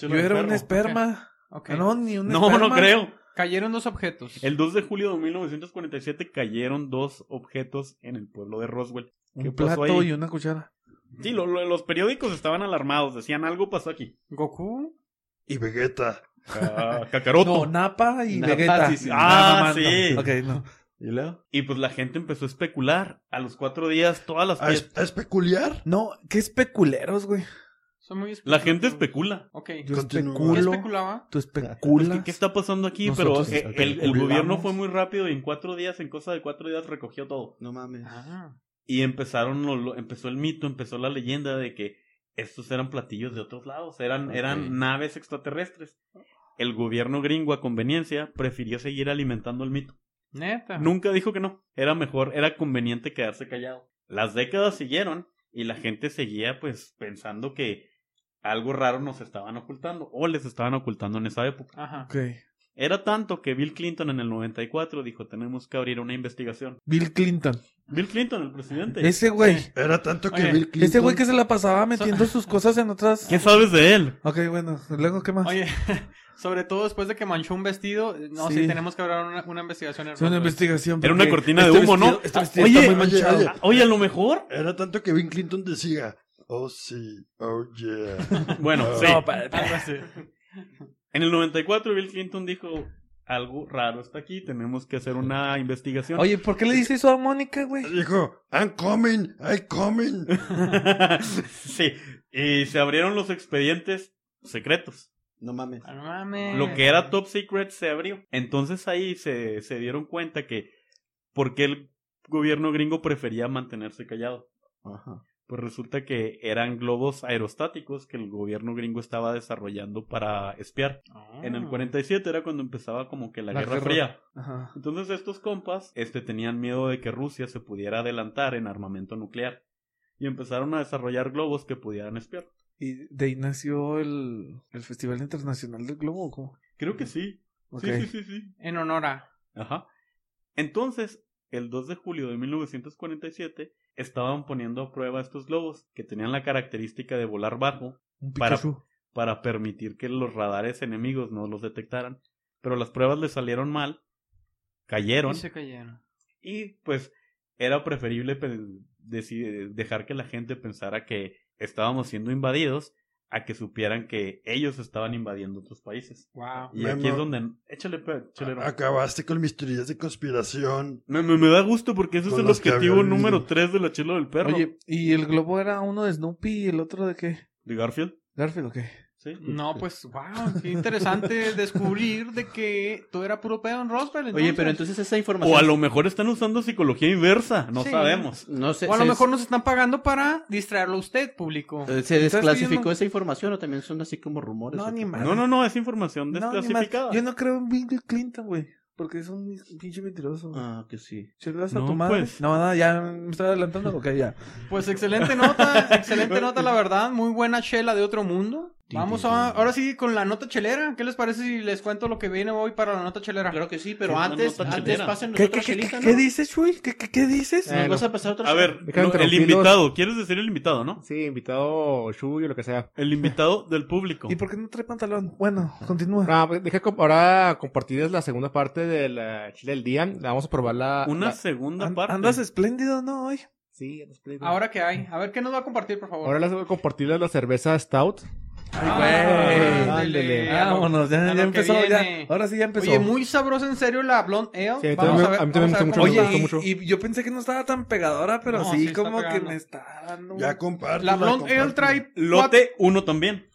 F: Yo era un esperma.
B: Ok.
F: Ah, No, ni un
E: no, no
F: esperma.
E: creo.
B: Cayeron dos objetos.
E: El 2 de julio de 1947 cayeron dos objetos en el pueblo de Roswell. ¿Qué
F: Un
E: pasó
F: plato
E: ahí?
F: y una cuchara.
E: Sí, lo- lo- los periódicos estaban alarmados, decían algo pasó aquí.
B: Goku.
A: Y Vegeta.
E: Ca- cacaroto.
F: No, napa y
C: Napa,
F: Vegeta.
C: sí, sí.
E: Ah,
F: Nada más,
E: sí.
F: no. Ok, no.
C: ¿Y luego?
E: Y pues la gente empezó a especular. A los cuatro días, todas las...
A: ¿A,
F: Ah,
E: pie-
A: es- a especular?
F: No, qué especuleros, güey.
B: Son muy
E: La
B: especulativos.
E: gente especula.
B: Ok.
F: Yo
A: Continúa.
B: ¿Qué
F: especulo.
B: especulaba?
F: Tú
E: Es que,
F: especulas.
E: ¿Qué está pasando aquí?
F: Nosotros
E: Pero eh, el, el
F: especulamos.
E: gobierno fue muy rápido y en cuatro días, en cosa de cuatro días, recogió todo.
C: No mames.
B: Ah.
E: Y empezaron, lo- lo- empezó el mito, empezó la leyenda de que estos eran platillos de otros lados, eran,
C: Ok.
E: eran naves extraterrestres. El gobierno gringo a conveniencia prefirió seguir alimentando el mito.
B: Neta.
E: Nunca dijo que no, era mejor, era conveniente quedarse callado. Las décadas siguieron y la gente seguía pues pensando que algo raro nos estaban ocultando o les estaban ocultando en esa época.
B: Ajá.
F: Ok.
E: Era tanto que Bill Clinton en el 94 dijo tenemos que abrir una investigación.
F: Bill Clinton.
E: Bill Clinton, el presidente.
F: Ese güey.
E: Eh,
A: Era tanto que
B: Oye,
A: Bill Clinton.
F: Este güey que se la pasaba metiendo sus cosas en otras.
E: ¿Qué sabes de él?
F: Ok, bueno, luego, ¿qué más?
B: Oye, sobre todo después de que manchó un vestido, no sé,
F: Sí.
B: tenemos que hablar una, una investigación. en
F: es una
B: Roswell.
F: investigación.
E: pues, Era una
F: porque
E: cortina de
F: este
E: humo, ¿no?
F: vestido- Este
E: Ah,
F: vestido
E: oye,
F: está muy
A: oye,
F: manchado.
A: oye.
E: Ah, Oye, a lo mejor.
A: Era tanto que Bill Clinton decía, oh sí, oh yeah.
E: Bueno,
A: No,
E: sí.
F: pa- pa-
B: Algo así.
E: En el 94 Bill Clinton dijo algo raro está aquí, tenemos que hacer una investigación.
F: Oye, ¿por qué le dice eso a Mónica, güey?
A: Dijo, I'm coming, I'm coming.
E: sí. Y se abrieron los expedientes secretos.
C: No mames.
B: Ah, no mames.
E: Lo que era top secret se abrió. Entonces ahí se, se dieron cuenta que por qué el gobierno gringo prefería mantenerse callado.
C: Ajá.
E: Pues resulta que eran globos aerostáticos que el gobierno gringo estaba desarrollando para espiar.
B: Ah.
E: En el 47 era cuando empezaba como que la,
F: La
E: Guerra
F: guerra.
E: Fría.
F: Ajá.
E: Entonces estos compas este, tenían miedo de que Rusia se pudiera adelantar en armamento nuclear. Y empezaron a desarrollar globos que pudieran espiar.
F: Y de ahí nació el, el Festival Internacional del Globo, ¿o ¿cómo?
E: Creo que sí.
F: Ok.
E: Sí, sí, sí, sí.
B: En honor a.
E: Ajá. Entonces, el 2 de julio de 1947, estaban poniendo a prueba estos globos, que tenían la característica de volar bajo
F: Un
E: Para-
F: Pikachu.
E: para permitir que los radares enemigos no los detectaran. Pero las pruebas le salieron mal, cayeron.
B: Y se cayeron.
E: Y pues era preferible pe- deci- dejar que la gente pensara que estábamos siendo invadidos a que supieran que ellos estaban invadiendo otros países.
B: Wow.
E: Y
A: Memo.
E: aquí es donde... Échale, pe- chelero.
A: Acabaste con mis teorías de conspiración.
E: Me, me- me da gusto porque ese es
A: Con
E: el
A: las que
E: objetivo
A: había
E: número
A: vivido.
E: 3 de la chela del perro.
F: Oye, ¿y el globo era uno de Snoopy y el otro de qué?
E: ¿De Garfield?
F: ¿Garfield o qué?
E: Sí.
B: No, pues, wow. Qué interesante descubrir de que todo era puro pedo en Roswell.
C: Oye, pero entonces esa información.
E: O a lo mejor están usando psicología inversa, no
B: Sí.
E: sabemos.
C: No sé.
B: O a lo
C: se-
B: mejor nos están pagando para distraerlo a usted, público.
C: eh, ¿Se
F: ¿Estás
C: desclasificó
F: viendo?
C: esa información o también son así como rumores?
F: No,
C: o
F: ni
C: qué?
F: madre.
E: No, no, no, es información
F: No, ni más.
E: desclasificada.
F: Yo no creo en Bill Clinton, güey. Porque es un pinche mentiroso.
C: Ah, que sí.
F: ¿Chelas a
E: No,
F: tu madre?
E: pues.
F: No, nada, ya me estaba adelantando. Ok, ya.
B: Pues excelente nota, excelente nota, la verdad. Muy buena chela de otro mundo.
C: Tin,
B: Vamos
C: tin,
B: a,
C: tin.
B: ahora sí con la nota chelera. ¿Qué les parece si les cuento lo que viene hoy para la nota chelera?
C: Claro que sí, pero
E: Una
C: antes,
E: nota
C: antes
E: chelera.
C: pásenos
F: ¿Qué, qué,
C: otra
F: qué,
C: chelita,
F: qué-
C: ¿no?
F: qué dices, güey? ¿Qué, qué, qué dices?
D: Eh,
C: ¿Nos
D: no.
C: vas a pasar otra
E: A ver,
D: Déjame
E: no, el
D: interrumpirlos.
E: invitado, ¿quieres decir el invitado, no?
D: Sí, invitado Shuy o lo que sea.
E: El invitado del público.
F: ¿Y por qué no trae pantalón? Bueno, continúa.
D: Ah, pues, deja comp- ahora compartirles la segunda parte de la chile del día. La vamos a probar la.
E: Una
D: Ah, la-
E: segunda
F: An-
E: parte.
F: Andas espléndido, ¿no? Hoy.
D: Sí,
G: Sí, las Playboy.
B: Ahora que hay. A ver, ¿qué nos va a compartir, por favor?
D: Ahora les voy a compartir la cerveza Stout.
G: güey.
B: Ah, ándele.
G: Vámonos,
B: A
G: ya,
B: lo
G: ya
B: que
G: empezó, ya.
B: viene.
G: Ahora sí ya empezó.
B: Oye, muy sabrosa en serio la Blonde Ale.
D: Sí, a mí
B: Vamos
D: también-
B: ver-
D: a mí también
B: vamos
D: me
B: a
D: gusta
B: ver
D: mucho,
B: cómo-
D: me
G: Oye,
D: gustó
G: y,
D: mucho.
G: y yo pensé que no estaba tan pegadora, pero
B: No, sí
G: sí,
B: está
G: como que
B: pegando.
G: me está dando.
A: Ya comparte.
B: La Blonde Ale trae, cuatro-
E: Lote 1 también.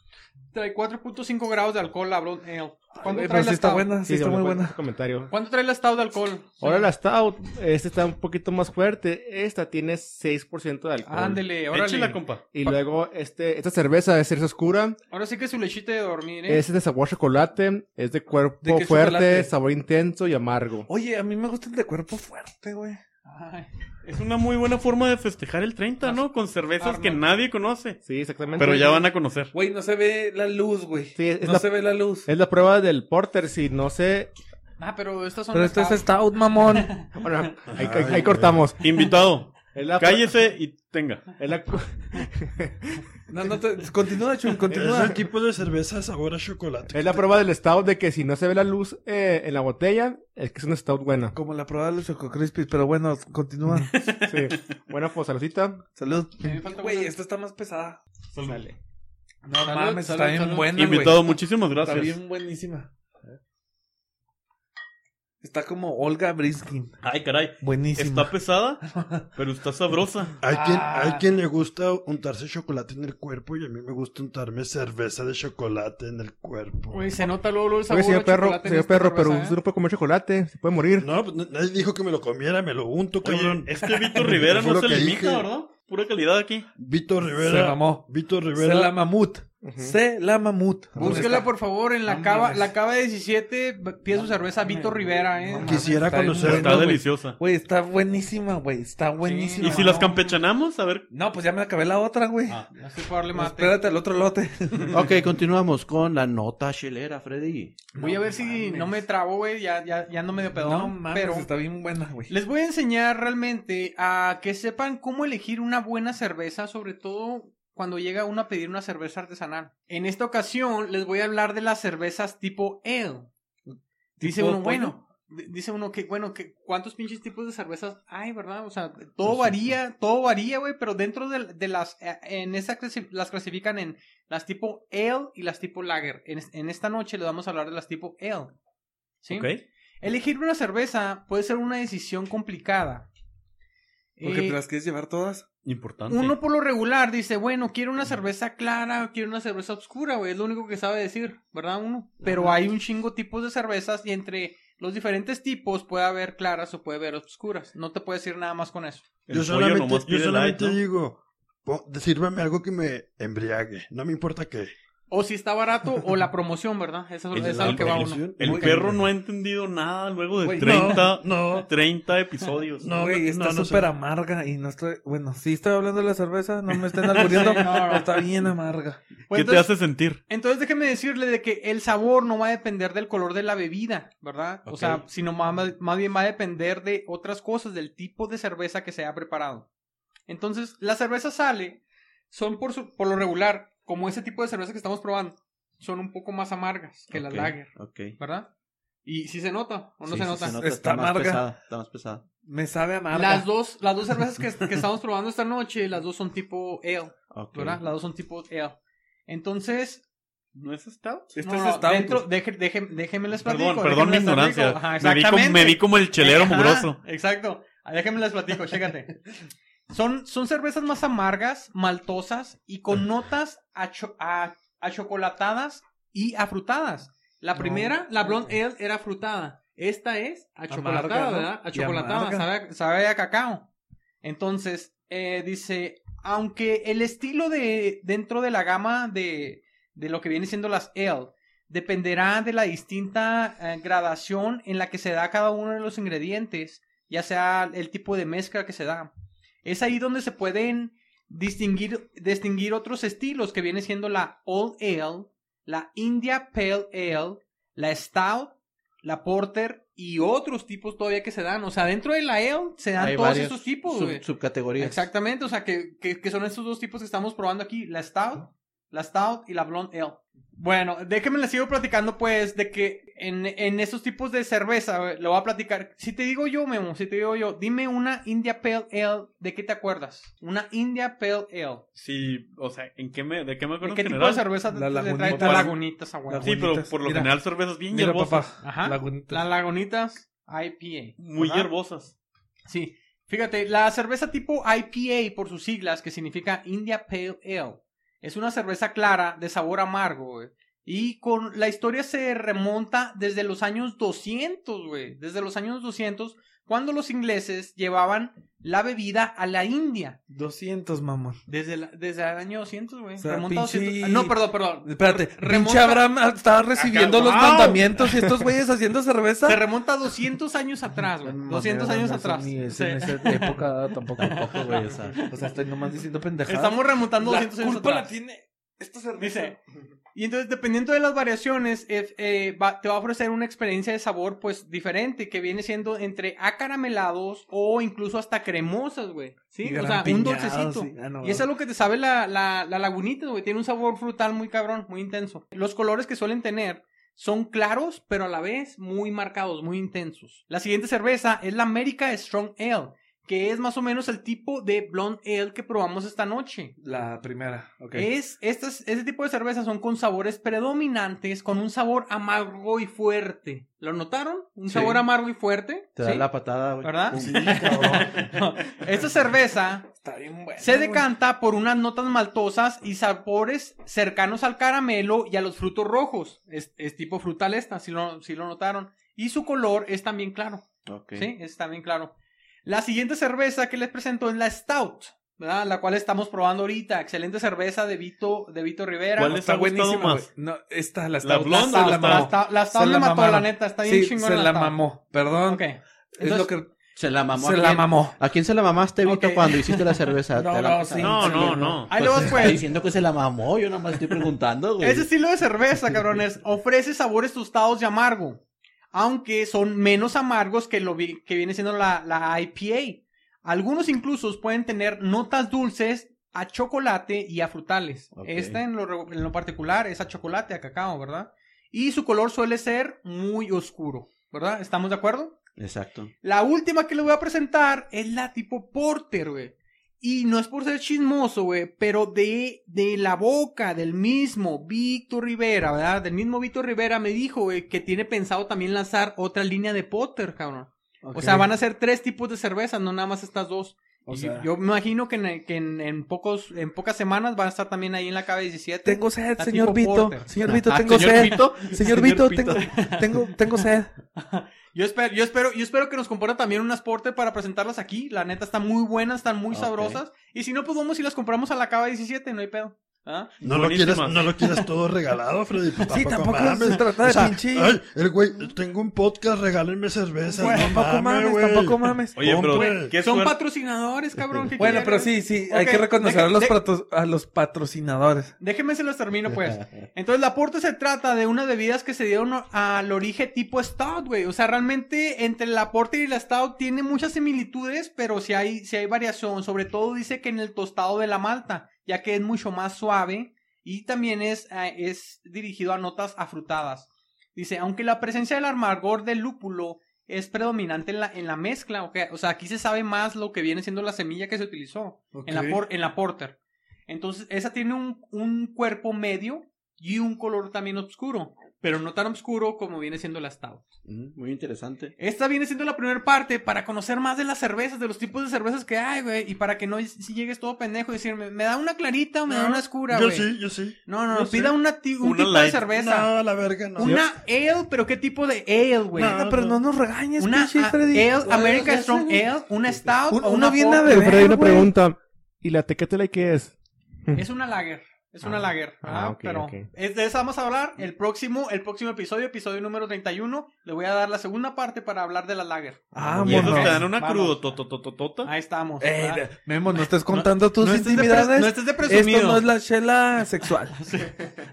B: trae 4.5 grados de alcohol, la Blonde Ale. ¿Cuánto trae
G: Oye, eh, pero
B: la
G: sí está
B: Stout?
G: buena, sí, está
D: déjame
G: muy
D: poner
G: buena.
D: este Comentario.
B: ¿Cuánto trae la Stout de alcohol?
D: Ahora la Stout, esta está un poquito más fuerte. Esta tiene 6% de alcohol.
B: Ándele,
E: Échela,
B: órale.
E: compa.
D: Y luego, este, esta cerveza es cerveza oscura,
B: Ahora sí que su lechita de dormir, ¿eh?
D: es de sabor chocolate, es de cuerpo
G: ¿De qué
D: fuerte,
G: chocolate?
D: sabor intenso y amargo.
G: Oye, a mí me gusta el de cuerpo fuerte, güey.
B: Ay,
E: Es una muy buena forma de festejar el 30, ¿no? Con cervezas
B: Arnold.
E: que nadie conoce.
D: Sí, exactamente.
E: Pero ya van a conocer.
G: Güey, no se ve la luz, güey.
D: Sí, es,
G: no
D: la,
G: se ve la luz.
D: es la prueba del porter, si no sé...
B: Ah, pero estas son
F: Pero
B: las
F: esto es
B: Stout.
F: Stout, mamón.
D: Bueno, ahí- ahí,
A: Ay,
D: ahí
A: güey.
D: cortamos.
E: Invitado,
D: Es la,
E: cállese y tenga.
D: es la-
G: No, no te... Continúa, Chuy,
A: Es
G: continúa.
A: un tipo de cerveza sabor a chocolate.
D: es la prueba del stout de que si no se ve la luz eh, en la botella, es que es una stout buena.
G: Como la prueba de los Choco Crispies, pero bueno, continúa.
D: Sí. Buena fosarosita.
G: Salud.
B: Sí, me falta
G: Güey,
B: una.
G: esta está más pesada.
D: Sale.
G: No
B: Salud,
G: mames,
B: salud,
G: está bien
B: salud.
G: buena, güey.
E: Invitado, muchísimas
G: Está
E: gracias.
G: bien buenísima. Está como Olga Briskin.
E: Ay, caray.
G: Buenísima.
E: Está pesada, pero está sabrosa.
A: Hay, quien,
B: Ah.
A: hay quien le gusta untarse chocolate en el cuerpo y a mí me gusta untarme cerveza de chocolate en el cuerpo.
B: Güey, se nota luego, luego el sabor
D: Oye, señor
B: a
D: perro,
B: chocolate en
D: señor
B: esta
D: perro, pero
B: cerveza,
D: usted
B: ¿eh?
D: no puede comer chocolate, se puede morir.
A: No, pues n- nadie dijo que me lo comiera, me lo unto,
E: Oye, eh,
A: cabrón.
E: es que Víctor Rivera
A: Fue
E: no
A: lo
E: se
A: que dije.
E: limita, ¿verdad? Pura calidad aquí.
A: Vito
G: Se
A: Rivera.
G: mamó.
A: Vito
G: Se la
A: Rivera.
G: mamut.
D: Ujú.
G: Se la mamut.
B: Búsquela, por favor, en la
G: No
B: cava,
G: mames.
B: la cava 17, b- pide su cerveza Vito Rivera, ¿eh?
G: No mames,
A: Quisiera
G: está bien
A: conocer-
G: buena,
E: Está
G: güey.
E: deliciosa.
G: Güey, está buenísima, güey. Está buenísima.
E: Y
B: No,
E: si las
B: no.
E: campechanamos, a ver.
G: No, pues ya me acabé la otra, güey.
E: Ah,
B: No sé darle mate.
G: Espérate al otro lote.
C: Ok, continuamos con la nota chelera, Freddy.
B: Voy a ver si
G: mames.
B: no me trabo, güey, ya, ya, ya no medio pedón.
G: No mames,
B: pero
G: está bien buena, güey.
B: les voy a enseñar realmente a que sepan cómo elegir una buena cerveza, sobre todo cuando llega uno a pedir una cerveza artesanal. En esta ocasión les voy a hablar de las cervezas tipo ale. Dice
G: Tipo
B: uno,
G: pollo.
B: bueno, di- dice uno que, bueno, que cuántos pinches tipos de cervezas hay, ¿verdad? O sea,
G: Pues
B: todo varía, todo varía, güey, pero dentro de, de las, eh, en esa clasi- las clasifican en las tipo ale y las tipo lager. En, es- en esta noche le vamos a hablar de las tipo ale. ¿Sí?
E: ok.
B: Elegir una cerveza puede ser una decisión complicada.
G: Porque
B: Eh,
G: te las quieres llevar todas.
E: Importante.
B: uno por lo regular dice, bueno, quiero una cerveza clara, quiero una cerveza oscura, güey, es lo único que sabe decir, ¿verdad uno? Pero hay un chingo tipos de cervezas y entre los diferentes tipos puede haber claras o puede haber oscuras. No te puede decir nada más con eso.
E: El
A: Yo
E: pollo
A: solamente,
E: nomás
A: yo
E: pide
A: solamente
E: light, ¿no?
A: digo, po- sírvame algo que me embriague. No me importa qué.
B: O si está barato o la promoción, ¿verdad? Eso
E: El-
B: eso es a lo que va uno.
A: Promoción.
E: El
A: Muy
E: perro
A: bien.
E: no ha entendido nada luego de
G: Güey,
E: 30,
A: No, no.
E: 30 episodios.
A: No,
G: güey,
A: no,
G: está
A: no, no
G: súper
A: sé.
G: amarga y no estoy... Bueno, sí estoy hablando de la cerveza, no me estén alburiendo.
B: Sí, no, no.
G: Está bien amarga.
E: ¿Qué
B: Pues
E: te
B: entonces-
E: hace sentir?
B: Entonces déjeme decirle de que el sabor no va a depender del color de la bebida, ¿verdad? O
E: Ok.
B: sea, sino más, más bien va a depender de otras cosas, del tipo de cerveza que se ha preparado. Entonces, la cerveza sale, son por, su- por lo regular, como ese tipo de cerveza que estamos probando, son un poco más amargas que las
C: Ok,
B: lager,
C: Ok.
B: ¿verdad? Y si se nota o no
C: Sí,
B: se
C: sí,
B: nota.
G: Está
C: más
G: amarga.
C: pesada, está más pesada.
G: Me sabe amarga.
B: Las dos, las dos cervezas que, que estamos probando esta noche, las dos son tipo ale,
C: Ok.
B: ¿verdad? Las dos son tipo ale. Entonces,
E: ¿No es stout?
G: Esto
B: no,
G: es
B: no,
G: stout.
B: dentro, deje- deje- déjenme les platico.
E: Perdón, perdón mi
B: déjenme les platico. Ajá,
E: ignorancia. me, vi como,
B: exactamente.
E: me vi como el chelero
B: Ajá,
E: mugroso.
B: Exacto. Ah, Déjenme les platico, chécate. Son, son cervezas más amargas, maltosas y con
E: Mm.
B: notas acho- a- achocolatadas y afrutadas. La
G: No.
B: primera, la Blonde Ale, era frutada. Esta es achocolatada,
G: Amarga, ¿no?
B: ¿verdad?
G: Y
B: Achocolatada,
G: amarga.
B: sabe, a- sabe a cacao. Entonces, eh, dice, aunque el estilo de dentro de la gama de, de lo que viene siendo las ale dependerá de la distinta eh, gradación en la que se da cada uno de los ingredientes, ya sea el tipo de mezcla que se da. Es ahí donde se pueden distinguir, distinguir otros estilos que viene siendo la All Ale, la India Pale Ale, la Stout, la Porter y otros tipos todavía que se dan. O sea, dentro de la Ale se dan
C: Hay
B: todos
C: varios
B: esos tipos.
C: sub-
B: güey.
C: subcategorías.
B: Exactamente, o sea, que, que- que son estos dos tipos que estamos probando aquí, la Stout la Stout y la Blonde Ale. Bueno, déjenme les sigo platicando pues de que en, en esos tipos de cerveza, güey, lo voy a platicar. Si te digo yo, Memo, si te digo yo, dime una India Pale Ale, ¿de qué te acuerdas? Una India Pale Ale.
E: Sí, o sea, ¿en qué me, ¿de qué me
B: ¿De
E: acuerdo en
B: qué tipo
E: general?
B: de cerveza te,
F: La
B: te
F: Lagunitas.
B: trae?
E: Para-
B: Las lagunitas, a huevo.
E: Sí, pero
F: Lagunitas.
E: por lo
F: Mira.
E: general cervezas bien
F: Mira,
E: hierbosas.
F: papá.
B: Ajá.
F: Lagunitas.
B: Las lagunitas IPA.
E: Muy
B: Ajá.
E: hierbosas.
B: Sí. Fíjate, la cerveza tipo IPA por sus siglas, que significa India Pale Ale, es una cerveza clara de sabor amargo, güey. Y con la historia se remonta desde los años 200, güey. Desde los años 200, cuando los ingleses llevaban la bebida a la India.
F: 200, mamón.
B: Desde, la- desde el año 200, güey.
F: O sea,
B: Remonta a
F: pinche-
B: 200. No, perdón, perdón.
F: Espérate, pinche
B: Remonta-
F: Abraham estaba recibiendo los
E: wow.
F: mandamientos y estos güeyes haciendo cerveza.
B: Se remonta a 200 años atrás, güey. 200 años atrás.
F: Ni es
B: Sí.
F: en esa época tampoco.
C: Tampoco, güey, o sea.
F: O sea, estoy nomás diciendo pendejadas.
B: Estamos remontando
F: La
B: 200 años
F: culpa
B: atrás.
F: la tiene esta
B: Dice, y entonces dependiendo de las variaciones, eh, eh, va- te va a ofrecer una experiencia de sabor pues diferente, que viene siendo entre acaramelados o incluso hasta cremosas, güey. Sí, o sea, un dulcecito.
F: ah,
B: Y eso es lo que te sabe la, la, la lagunita, güey. Tiene un sabor frutal muy cabrón, muy intenso. Los colores que suelen tener son claros, pero a la vez muy marcados, muy intensos. La siguiente cerveza es la America Strong Ale, que es más o menos el tipo de blonde ale que probamos esta noche.
F: La primera, ok.
B: Es, estas, este tipo de cervezas son con sabores predominantes, con un sabor amargo y fuerte. ¿Lo notaron? Un
F: Sí.
B: sabor amargo y fuerte.
C: Te da
B: ¿sí?
C: la patada, güey.
B: ¿Verdad?
C: Pum.
B: Esta cerveza
F: Está bien buena.
B: se
F: güey.
B: decanta por unas notas maltosas y sabores cercanos al caramelo y a los frutos rojos. Es, es tipo frutal esta, si lo, si lo notaron. Y su color es también claro.
C: Ok.
B: Sí, es también claro. La siguiente cerveza que les presento es la Stout, ¿verdad? La cual estamos probando ahorita. Excelente cerveza de Vito, de Vito Rivera.
E: ¿Cuál les ha gustado
F: buenísima,
E: más?
F: güey. No, esta, la
E: ¿La
F: está
E: blonda
B: La,
E: o
B: la,
E: la mamó?
B: Stout- la Stout
F: Se
B: me
F: la
B: mató, la
F: mamaron.
B: neta. Está bien
F: Sí,
B: chingona
F: se la
B: Stout.
F: mamó. Perdón.
B: Ok.
F: es
B: Entonces-
F: lo que
C: Se la mamó.
F: se
C: a
F: la
C: quién?
F: mamó.
C: ¿A quién se la mamaste, Vito,
B: Ok.
C: cuando hiciste la cerveza?
F: No,
C: Te la
F: no,
C: pasaste.
F: sí.
E: No, no,
F: sí,
E: no.
B: Ahí lo vas,
C: está
B: pues.
C: diciendo que se la mamó, yo nomás estoy preguntando, güey.
B: Ese estilo de cerveza, cabrones, ofrece sabores tostados y amargo, aunque son menos amargos que lo vi- que viene siendo la, la IPA. Algunos incluso pueden tener notas dulces a chocolate y a frutales.
C: Ok.
B: Esta en lo, re- en lo particular es a chocolate, a cacao, ¿verdad? Y su color suele ser muy oscuro, ¿verdad? ¿Estamos de acuerdo?
C: Exacto.
B: La última que les voy a presentar es la tipo Porter, güey. Y no es por ser chismoso, güey, pero de, de la boca del mismo Víctor Rivera, ¿verdad? Del mismo Víctor Rivera me dijo, güey, que tiene pensado también lanzar otra línea de Potter, cabrón. O sea, van a ser tres tipos de cervezas, no nada más estas dos.
F: O
B: Y
F: sea-
B: yo me imagino que, en, que en, en pocos, en pocas semanas van a estar también ahí en la calle 17.
F: Tengo sed,
B: La
F: señor
B: tipo
F: Vito.
B: Porter.
F: Señor Vito,
C: Ah,
F: tengo
C: ¿señor
F: sed.
C: Vito?
F: Señor Vito, tengo, tengo, tengo sed.
B: Yo espero, yo espero, yo espero que nos compraran también unas porter para presentarlas aquí. La neta están muy buenas, están muy
C: Ok.
B: sabrosas. Y si no, pues vamos y las compramos a la cava 17, no hay pedo. ¿Ah?
A: No lo,
E: Buenísimas.
A: quieres, no lo quieres todo regalado, Freddy. pues
F: Sí, tampoco se trata de
A: O sea,
F: pinche-
A: Ay, el güey, tengo un podcast, regálenme cerveza.
F: Bueno,
A: no
F: tampoco mames,
A: güey.
F: tampoco mames.
E: Oye,
A: Hombre.
E: pero ¿qué
B: Son
E: suerte?
B: patrocinadores, cabrón. ¿qué
F: Bueno, pero
B: quieres?
F: sí, sí,
B: Ok,
F: hay que reconocer a
B: deje-
F: los,
B: de-
F: patro- a los patrocinadores.
B: Déjenme se los termino, pues. Entonces, la porter se trata de unas bebidas que se dieron al origen tipo stout, güey. O sea, realmente entre la porter y la stout tiene muchas similitudes, pero sí hay, sí hay variación. Sobre todo dice que en el tostado de la malta, ya que es mucho más suave y también es, eh, es dirigido a notas afrutadas. Dice, aunque la presencia del amargor del lúpulo es predominante en la, en la mezcla, ok, o sea, aquí se sabe más lo que viene siendo la semilla que se utilizó en, la por- en la porter. Entonces, esa tiene un, un cuerpo medio y un color también oscuro, pero no tan oscuro como viene siendo la stout.
C: Mm, Muy interesante.
B: Esta viene siendo la primera parte para conocer más de las cervezas, de los tipos de cervezas que hay, güey, y para que no si llegues todo pendejo y decirme, ¿me da una clarita o me da
A: No,
B: una oscura,
A: Yo
B: güey?
A: sí, yo sí.
B: No, no,
A: Yo
B: no, pida
A: sí.
B: una ti- un
E: Una
B: tipo de
E: light.
B: cerveza.
A: No, la verga, no.
B: Una ale, pero ¿qué tipo de ale, güey?
A: No,
F: No, pero no nos regañes,
B: una
F: pinche
B: a-
F: Freddy.
B: ale, America
F: ya
B: Strong
F: sé.
B: Ale, una stout
F: Un-
B: o
F: uno
B: una
F: viene a
B: porter.
F: beber.
D: Pero hay una
F: güey.
D: pregunta. ¿Y la tecatela qué es?
B: Es una lager. Es una
D: Ah,
B: lager.
D: ah,
B: ah,
D: ok,
B: pero
D: ok.
B: es de esa vamos a hablar el próximo, el próximo episodio, episodio número 31. Le voy a dar la segunda parte para hablar de la lager.
F: Ah,
E: Y esos
F: mono.
E: te dan una
B: Vamos.
E: crudototototota.
B: Ahí estamos.
G: Eh,
F: Ey,
B: ¿verdad?
F: Memo, no estés contando tus
B: Ah. no estés de pre-
F: intimidades.
B: no estés de presumido.
F: Esto no es la chela sexual.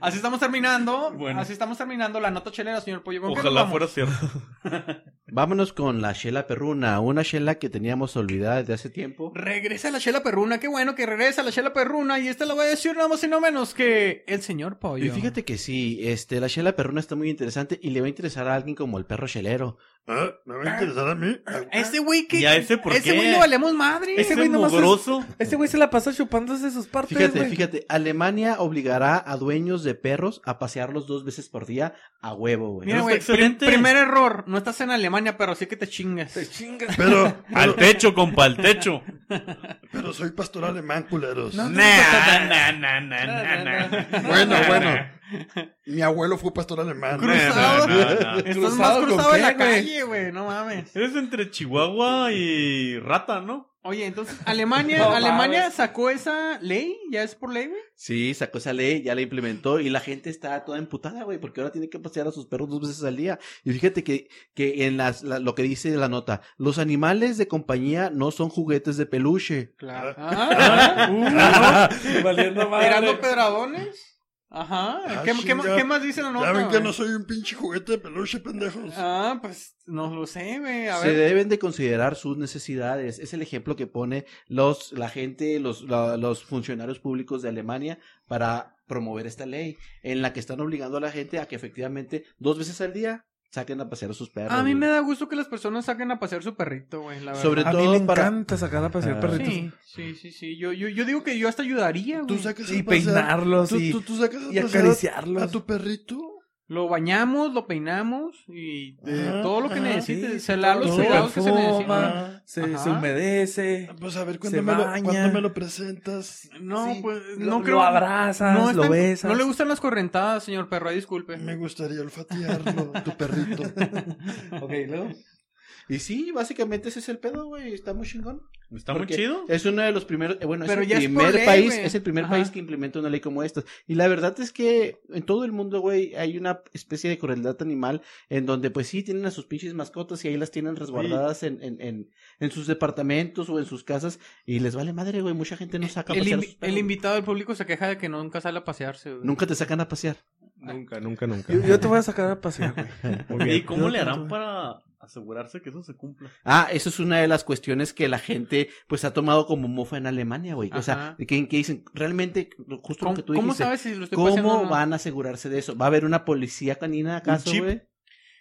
B: Así estamos terminando.
E: Bueno.
B: Así estamos terminando la nota chelera, señor Pollo. ¿Con qué nos
E: Ojalá
B: vamos?
E: fuera cierto.
C: Vámonos con la Shela Perruna, una Shela que teníamos olvidada desde hace tiempo.
B: Regresa la chela perruna, qué bueno que regresa la chela perruna y esta la voy a decir nada más y no menos que el señor Pollo.
C: Y fíjate que sí, este, la Shela Perruna está muy interesante y le va a interesar a alguien como el perro chelero.
A: Ah, ¿Me va a interesar a mí? Ah,
B: A Este güey que
E: ¿Y a ese por qué?
B: güey le valemos madre.
E: Ese
G: güey nomás es-
E: mugroso.
G: Este güey se la pasa chupándose sus partes,
C: Fíjate,
G: güey.
C: fíjate, Alemania obligará a dueños de perros a pasearlos dos veces por día a huevo, güey.
B: Mira,
E: Está
B: güey, pri-
E: excelente.
B: primer error, no estás en Alemania, pero sí que te chingas.
G: Te chingas.
A: Pero,
E: Al techo, compa, al techo.
A: pero soy pastor alemán, culeros.
G: No.
E: Nah, nah, nah, nah, nah, nah.
A: Bueno, bueno. Mi abuelo fue pastor alemán.
B: Cruzado.
E: No, no, no.
B: Estás
G: ¿Cruzado
B: más
G: con
B: cruzado
G: qué,
B: en la
G: güey?
B: calle, güey, no mames.
E: Eres entre Chihuahua y Rata, ¿no?
B: Oye, entonces, Alemania,
G: No
B: Alemania
G: mames.
B: sacó esa ley, ya es por ley, güey.
C: Sí, sacó esa ley, ya la implementó y la gente está toda emputada, güey, porque ahora tiene que pasear a sus perros dos veces al día. Y fíjate que, que en las, la- lo que dice la nota, los animales de compañía no son juguetes de peluche.
B: Claro. Ah,
G: Valiendo
B: ah,
G: madre.
B: Tirando pedradones. Ajá.
A: Ah,
B: ¿Qué, qué,
A: chinga.
B: qué más dice la nota?
A: Ya ven que
B: güey?
A: no soy un pinche juguete de peluche, pendejos.
B: Ah, pues no lo sé, güey. A
C: Se
B: ver.
C: deben de considerar sus necesidades. Es el ejemplo que pone los, la gente, los, la- los funcionarios públicos de Alemania para promover esta ley, en la que están obligando a la gente a que efectivamente dos veces al día saquen a pasear a sus perros.
B: A mí
C: güey.
B: me da gusto que las personas saquen a pasear su perrito, güey, la verdad.
C: Sobre
G: A mí
C: todo
G: me
C: para-
G: encanta sacar a pasear
C: Ah.
G: perritos.
B: Sí, sí, sí, sí. Yo, yo, yo digo que yo hasta ayudaría,
A: Tú
B: güey.
A: sacas
G: Y
A: a pasear-
G: peinarlos
A: ¿Tú,
G: y,
A: tú- tú sacas a
G: y
A: pasear
G: acariciarlos.
A: a tu perrito.
B: Lo bañamos, lo peinamos y eh,
A: Ajá,
B: todo lo que
A: ajá,
B: necesite.
G: sí,
B: se le da
G: todo.
B: los
G: Se
B: cuidados que se necesitan.
G: perfuma.
A: Ah,
G: se, se
B: Ajá.
G: humedece.
A: Pues a ver,
G: Se
A: ¿cuándo me, lo,
G: baña.
A: cuándo me lo presentas?
B: No,
G: Sí,
B: pues
G: lo-
B: no
G: lo,
B: creo.
G: abrazas,
B: no,
G: lo
B: están-
G: besas.
B: no le gustan las correntadas, señor perro, ahí disculpe.
A: Me gustaría olfatearlo, tu perrito.
G: Ok, luego.
C: Y sí, básicamente ese es el pedo, güey. Está muy chingón.
E: Está muy
C: Porque
E: chido.
C: Es uno de los primeros, eh, bueno,
B: Pero
C: es
B: ya
C: el
B: es
C: primer
B: por ley,
C: país,
B: güey.
C: es el primer
B: Ajá.
C: país que implementa una ley como esta. Y la verdad es que en todo el mundo, güey, hay una especie de crueldad animal en donde, pues sí, tienen a sus pinches mascotas y ahí las tienen resguardadas en, en, en, en sus departamentos o en sus casas y les vale madre, güey. Mucha gente no saca a
B: Eh, El,
C: pasear. a
B: invi-
C: sus
B: el
C: perros.
B: invitado del público se queja de que nunca sale a pasearse. güey.
C: Nunca te sacan a pasear.
D: Nunca, nunca, nunca.
G: Yo, yo te voy a sacar a pasear, güey.
D: Muy
E: ¿Y
D: bien.
E: cómo
G: Yo
E: le harán
G: también.
E: para asegurarse que eso se cumpla?
C: Ah, eso es una de las cuestiones que la gente, pues, ha tomado como mofa en Alemania, güey. O sea,
B: Ajá.
C: de que, que dicen, realmente, justo lo
B: ¿Cómo,
C: que tú
B: cómo
C: dijiste.
B: sabes si lo estoy paseando o
C: ¿Cómo
B: no?
C: van a asegurarse de eso? ¿Va a haber una policía canina acaso,
E: chip?
C: güey?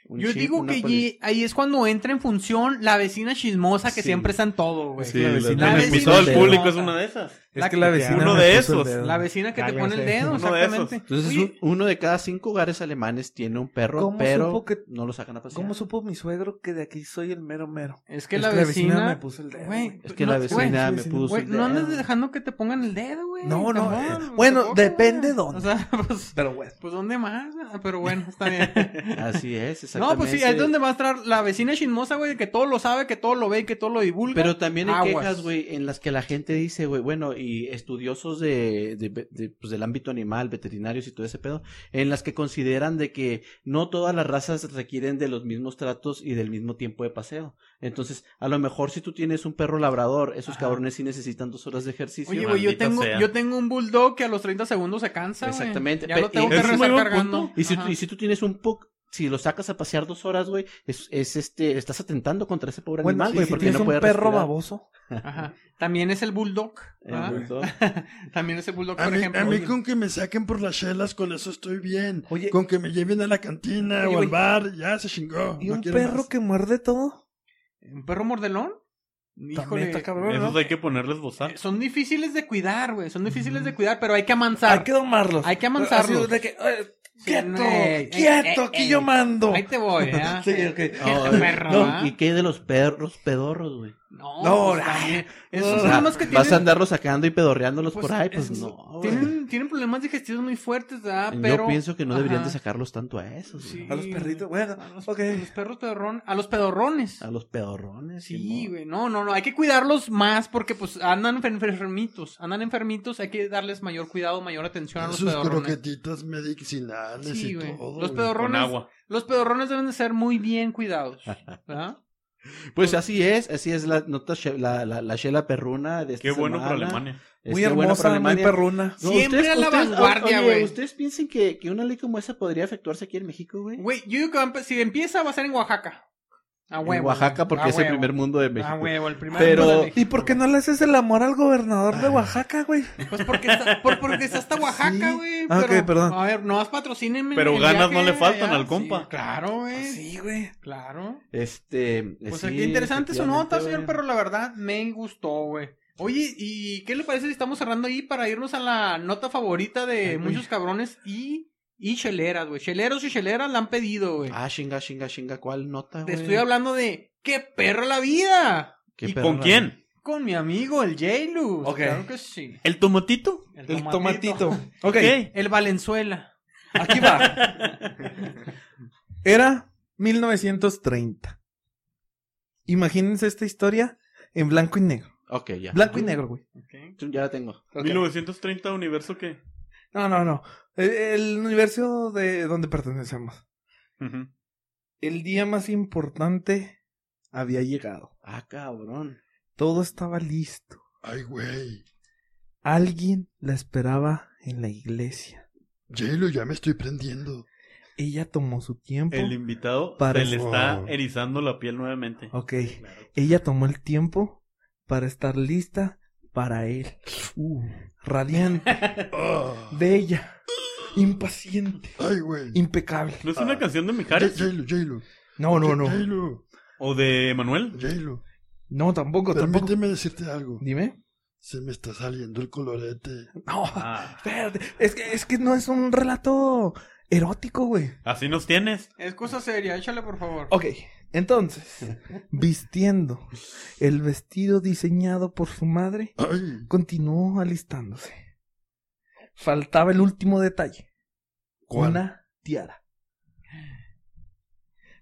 C: Un
B: Yo
C: chip,
B: digo
C: una
B: que
C: poli-
B: allí- ahí es cuando entra en función la vecina chismosa que
C: Sí.
B: siempre está en todo, güey.
G: la vecina
B: la
E: el
B: vecina
E: episodio del
B: chismosa.
E: público es una de esas.
G: Es que la vecina
E: uno
G: me
E: de
G: puso el
E: esos.
G: dedo.
B: La vecina que te pone el
D: Cállense.
B: dedo,
E: Uno de esos.
B: exactamente.
C: Entonces,
B: Oye,
C: un- uno de cada cinco hogares alemanes tiene un perro,
G: ¿Cómo
C: pero
G: supo que-
C: no lo sacan a pasear.
G: ¿Cómo supo mi suegro que de aquí soy el mero mero?
B: es que
G: Es
B: la
G: que la vecina
B: vecina...
G: me puso el dedo,
B: Güey,
G: güey.
C: Es que
B: no,
C: la
B: güey,
C: vecina
G: güey,
C: me
G: sí,
C: puso.
B: güey,
C: el
B: no andes
C: dedo.
B: dejando que te pongan el dedo, güey.
G: No, no,
B: Tampoco,
G: eh, bueno,
B: tampoco,
G: depende
B: güey.
G: dónde.
B: O sea, pues,
G: Pero bueno.
B: pues dónde más, Ah, pero bueno, está bien.
C: Así es, exactamente.
B: no, pues sí, es donde va a estar la vecina chismosa, güey, que todo lo sabe, que todo lo ve y que todo lo divulga.
C: Pero también hay
B: Aguas.
C: quejas, güey, en las que la gente dice, güey, bueno, y estudiosos de, de- de, pues, del ámbito animal, veterinarios y todo ese pedo, en las que consideran de que no todas las razas requieren de los mismos tratos y del mismo tiempo de paseo. Entonces, a lo mejor si tú tienes un perro labrador, esos
B: Ajá.
C: cabrones sí necesitan dos horas de ejercicio. Ah,
B: Oye, güey, yo
E: Maldita
B: tengo,
E: sea.
B: yo tengo un bulldog que a los 30 segundos se cansa, güey.
C: Exactamente.
B: Ya
C: Pe-
B: lo tengo
C: y-
B: que
E: Ese es muy
B: regresar
E: buen
B: cargando.
E: punto.
C: y, si,
B: Ajá.
C: y si tú tienes un puc, si lo sacas a pasear dos horas, güey, es, es este, estás atentando contra ese pobre
G: Bueno,
C: animal,
G: y
C: güey,
G: si
C: porque
G: tienes
C: no
G: un
C: puede
G: perro
C: respirar.
G: baboso.
B: Ajá. También es el bulldog. ¿verdad?
C: Eh, güey.
B: También es el bulldog,
A: A
B: por
A: mí,
B: ejemplo.
A: a mí
B: Oye,
A: con que me saquen por las chelas, con eso estoy bien.
G: Oye,
A: Con que me lleven a la cantina
G: Oye,
A: o al
G: güey.
A: bar, ya se chingó.
G: ¿y
A: no
G: un
A: quiero
G: perro
A: más.
G: que muerde todo?
B: ¿Un perro mordelón? Híjole. eh,
G: También está cabrón, ¿no?
E: Esos hay que ponerles bozal.
B: Son difíciles de cuidar, güey. Son difíciles de cuidar, pero hay que amansar.
G: Hay que domarlos.
B: Hay que amansarlos.
G: Así de que, eh, quieto,
B: Ey,
G: quieto,
B: ey,
G: aquí
B: ey.
G: yo mando.
B: eh, Ahí te voy, ¿eh?
G: Sí, ok.
B: Qué
C: Ay,
B: perro,
C: no,
B: ¿ah?
C: ¿Y qué de los perros pedorros, güey?
B: No,
G: No,
B: pues,
G: ay.
B: también. Esos
C: O
B: son
C: sea,
B: unos que
C: vas a
B: tienen,
C: andarlos sacando y pedorreándolos
B: Pues,
C: por ahí, pues
B: esos
C: no. güey.
B: tienen, tienen problemas digestivos muy fuertes, ¿verdad? Pero...
C: Yo pienso que no deberían de
B: Ajá.
C: sacarlos tanto a esos,
B: Sí.
C: güey.
G: A los perritos, bueno,
B: A los,
G: ok.
B: a los perros pedorrón, a los pedorrones.
C: a los pedorrones.
B: Sí,
C: Simón.
B: güey, no, no, no, hay que cuidarlos más porque pues andan enfer- enfermitos, andan enfermitos, hay que darles mayor cuidado, mayor atención a los
A: Sus
B: pedorrones.
A: croquetitas medicinales
B: Sí,
A: y
B: güey.
A: todo.
B: Los
A: güey.
E: Con
B: pedorrones,
E: agua.
B: los pedorrones deben de ser muy bien cuidados, ¿verdad?
C: Pues así es, así es la nota, she- la, la, la Shela perruna de esta
E: Qué bueno para
C: semana.
E: Alemania.
C: Es
G: Muy
C: que bueno
G: hermosa,
C: para
G: muy
C: Alemania.
G: perruna.
C: No,
B: Siempre a la vanguardia,
C: oye,
B: güey.
C: ¿Ustedes piensan que, que una ley como esa podría efectuarse aquí en México, güey?
B: Güey, yo digo que va a empe- si empieza va a ser en Oaxaca. A
C: en
B: huevo,
C: Oaxaca
B: güey.
C: porque
B: A
C: es el
B: huevo.
C: primer mundo de
G: Ah,
C: México.
B: A huevo, el primer
C: Pero-
B: mundo de México,
G: ¿Y por qué no le haces el amor al gobernador
C: Ah.
G: de Oaxaca, güey?
B: güey. Pues porque está, por- porque está hasta Oaxaca,
G: Sí.
B: güey.
G: Ah, ok,
B: pero,
G: perdón.
B: A ver, no más patrocínenme.
E: Pero
B: el
E: ganas
B: viaje
E: no le faltan
B: allá.
E: al compa.
B: Sí, claro, güey.
G: Pues Sí, güey.
B: Claro.
C: Este,
B: Pues
C: Ah, sí,
B: qué interesante su nota,
C: efectivamente,
B: señor
C: güey.
B: Pero La verdad, me gustó, güey. Oye, ¿y qué le parece si estamos cerrando ahí para irnos a la nota favorita de
C: Ay, güey.
B: muchos cabrones y, y cheleras, güey? Cheleros y cheleras la han pedido, güey.
C: Ah, chinga, chinga, chinga, ¿cuál nota,
B: Te
C: güey?
B: estoy hablando de ¡Qué perra la vida!
C: Qué
E: ¿Y
C: perra
E: con
C: la vida.
E: quién?
B: Con mi amigo, el J-Luz.
G: Ok.
B: Claro que sí.
E: ¿El tomotito?
G: El tomatito.
E: Ok.
B: El Valenzuela.
G: Aquí va. Era 1930. Imagínense esta historia en blanco y negro.
C: Ok, ya.
G: Blanco y negro, güey.
C: Ya la tengo.
G: Ok.
E: 1930 universo qué?
G: No, no, no. El, el universo de donde pertenecemos.
E: Ujú.
G: El día más importante había llegado.
C: Ah, cabrón.
G: Todo estaba listo.
A: Ay, güey.
G: Alguien la esperaba en la iglesia.
A: J-Lo, ya me estoy prendiendo.
G: Ella tomó su tiempo.
E: El invitado
G: Para-
E: se le está
A: Wow.
E: erizando la piel nuevamente.
G: Ok. Ella tomó el tiempo para estar lista para él. Uh, radiante,
A: Ah.
G: bella, impaciente,
A: Ay, güey.
G: impecable.
E: ¿No es una canción de Mijares?
A: J-Lo, J-Lo.
G: No, no, no.
A: J-Lo,
E: ¿O de Emanuel?
A: J-Lo.
G: No, tampoco, tampoco.
A: Permíteme decirte algo.
G: Dime.
A: Se me está saliendo el colorete.
G: No,
E: Ah,
G: espérate. Es que, es que no es un relato erótico, güey.
E: así nos tienes.
B: Es cosa seria, échale por favor.
G: Ok, entonces, vistiendo el vestido diseñado por su madre,
A: Ay,
G: continuó alistándose. Faltaba el último detalle.
A: ¿Cuál?
G: Una tiara.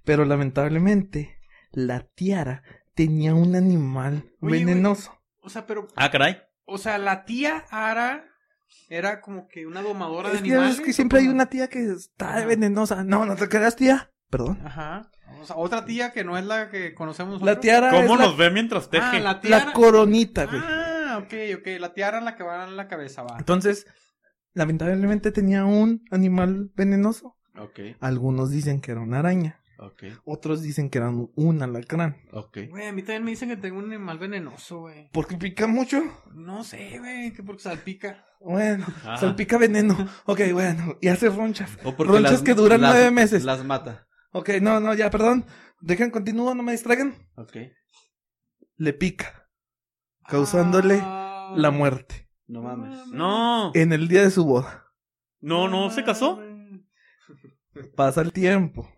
G: Pero lamentablemente, la tiara tenía un animal
B: Oye, güey.
G: venenoso.
B: O sea, pero,
E: Ah, caray.
B: o sea, la tía Ara era como que una domadora de
G: Es que, ya
B: animales.
G: ves que siempre hay
B: ¿o cómo?
G: una tía que está
B: Ajá.
G: venenosa. No, no te creas, tía. Perdón.
B: Ajá. O sea, otra tía que no es la que conocemos nosotros.
G: La tiara
E: ¿Cómo
G: es la-
E: nos ve mientras
B: Ah,
E: teje?
B: la
G: la,
B: tiara.
G: coronita, güey.
B: ah, ok, ok. La tiara es la que va en la cabeza, va.
G: Entonces, lamentablemente tenía un animal venenoso.
C: Ok,
G: Algunos dicen que era una araña,
C: ok,
G: otros dicen que era un- un alacrán.
C: ok.
B: Güey, a mí también me dicen que tengo un animal venenoso, güey.
G: ¿Por qué pica mucho?
B: No sé, güey, que porque salpica.
G: Bueno,
E: Ah.
G: salpica veneno. Ok, bueno, y hace ronchas.
C: O
G: Ronchas que duran nueve meses.
C: Las mata.
G: Ok, no, no, ya, perdón. Dejen, continúo, no me distraigan.
C: Ok.
G: Le pica, causándole
B: Ah,
G: la muerte
C: No mames.
E: No,
G: en el día de su boda.
E: no, no, se casó.
B: mames.
G: Pasa el tiempo.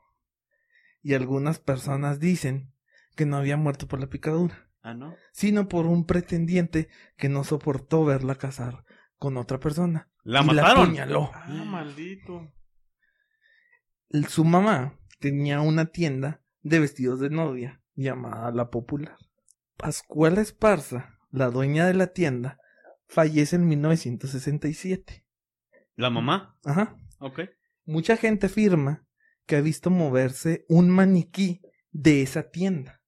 G: Y algunas personas dicen que no había muerto por la picadura.
C: Ah, ¿no?
G: sino por un pretendiente que no soportó verla casar con otra persona.
E: La
G: y La
E: mataron.
G: apuñaló.
B: Ah, maldito.
G: El- Su mamá tenía una tienda de vestidos de novia llamada La Popular. Pascual Esparza, la dueña de la tienda, fallece en 1967.
E: La mamá.
G: Ajá.
E: Ok.
G: Mucha gente afirma que ha visto moverse un maniquí de esa tienda,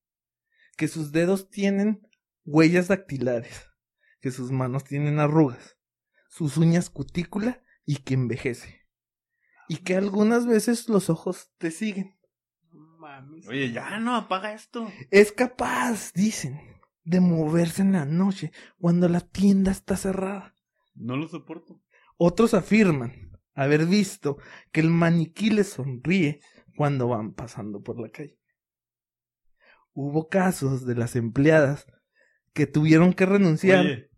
G: que sus dedos tienen huellas dactilares, que sus manos tienen arrugas, sus uñas cutícula y que envejece, y que algunas veces los ojos te siguen.
B: No mames.
E: Oye, ya no, apaga esto.
G: Es capaz, dicen, de moverse en la noche cuando la tienda está cerrada.
E: No lo soporto.
G: Otros afirman haber visto que el maniquí les sonríe cuando van pasando por la calle. Hubo casos de las empleadas que tuvieron que renunciar.
E: Oye,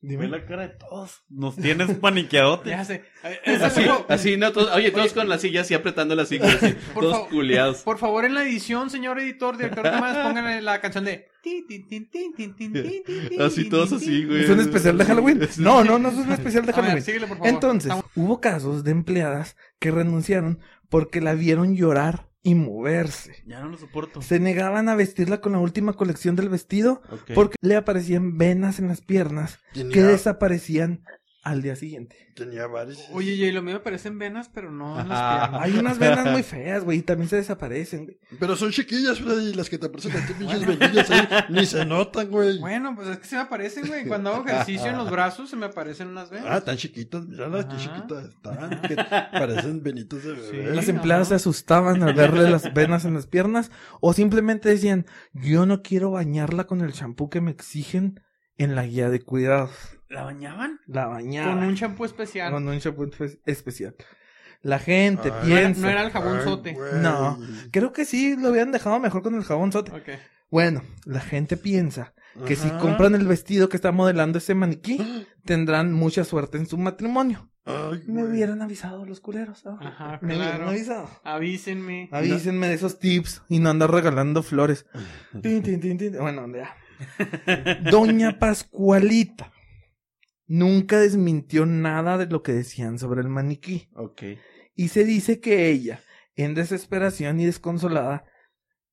G: Dime.
E: ve la cara de todos. Nos tienes paniqueadote.
B: Ya sé. Eh, ese
C: Así,
B: mejor-
C: así, no, todos- oye, todos con las sillas y apretando las sillas, así,
B: Por
C: todos
B: favor.
C: culiados.
B: Por favor, en la edición, señor editor, director de cámaras, pongan la canción de. tin, tin, tin, tin, tin, tin, tin, tin, tin,
C: Así,
B: tin,
C: todos
B: tin,
C: así,
B: tin.
C: güey.
G: ¿Es un especial de Halloween? No, no, no es un especial de
B: A ver,
G: Halloween.
B: síguele, por favor.
G: Entonces,
B: Estamos-
G: hubo casos de empleadas que renunciaron porque la vieron llorar y moverse.
E: Ya no lo soporto.
G: Se negaban a vestirla con la última colección del vestido
C: Ok.
G: porque le aparecían venas en las piernas que
A: tenía,
G: desaparecían al día siguiente.
A: Tenía varios.
B: Oye, y lo mío me parecen venas, pero no en las piernas.
G: Hay unas venas muy feas, güey, y también se desaparecen, güey.
A: Pero son chiquillas, Freddy, las que te aparecen a ti, pinches venillas ahí. Ni se notan, güey.
B: Bueno, pues es que se me aparecen, güey. Cuando hago ejercicio en los brazos, se me aparecen unas
A: Ah,
B: venas.
A: tan chiquitas, míralas, qué
B: Ajá.
A: chiquitas están. Que parecen venitas de bebé.
G: Las
B: Sí, ajá.
G: empleadas se asustaban al verle las venas en las piernas o simplemente decían, yo no quiero bañarla con el champú que me exigen en la guía de cuidados.
E: ¿La bañaban?
G: La
B: Con
G: bañaron
B: un champú especial.
G: con un champú espe- especial. La gente
A: Ah,
B: No era,
G: piensa.
B: no era el jabón
A: Ay,
B: sote.
A: güey.
G: No. Creo que sí, lo habían dejado mejor con el jabón sote.
B: Ok.
G: Bueno, la gente piensa que si
A: Ajá.
G: compran el vestido que está modelando ese maniquí, tendrán mucha suerte en su matrimonio.
A: Ay,
G: Me
A: güey.
G: hubieran avisado los culeros. ¿no?
B: Ajá,
G: Me hubieran
B: claro.
G: avisado.
B: Avísenme.
G: Ah, Avísenme de esos tips y no andar regalando flores. Tin, tin, tin, tin. Bueno, ya. Doña Pascualita nunca desmintió nada de lo que decían sobre el maniquí.
C: Ok.
G: Y se dice que ella, en desesperación y desconsolada,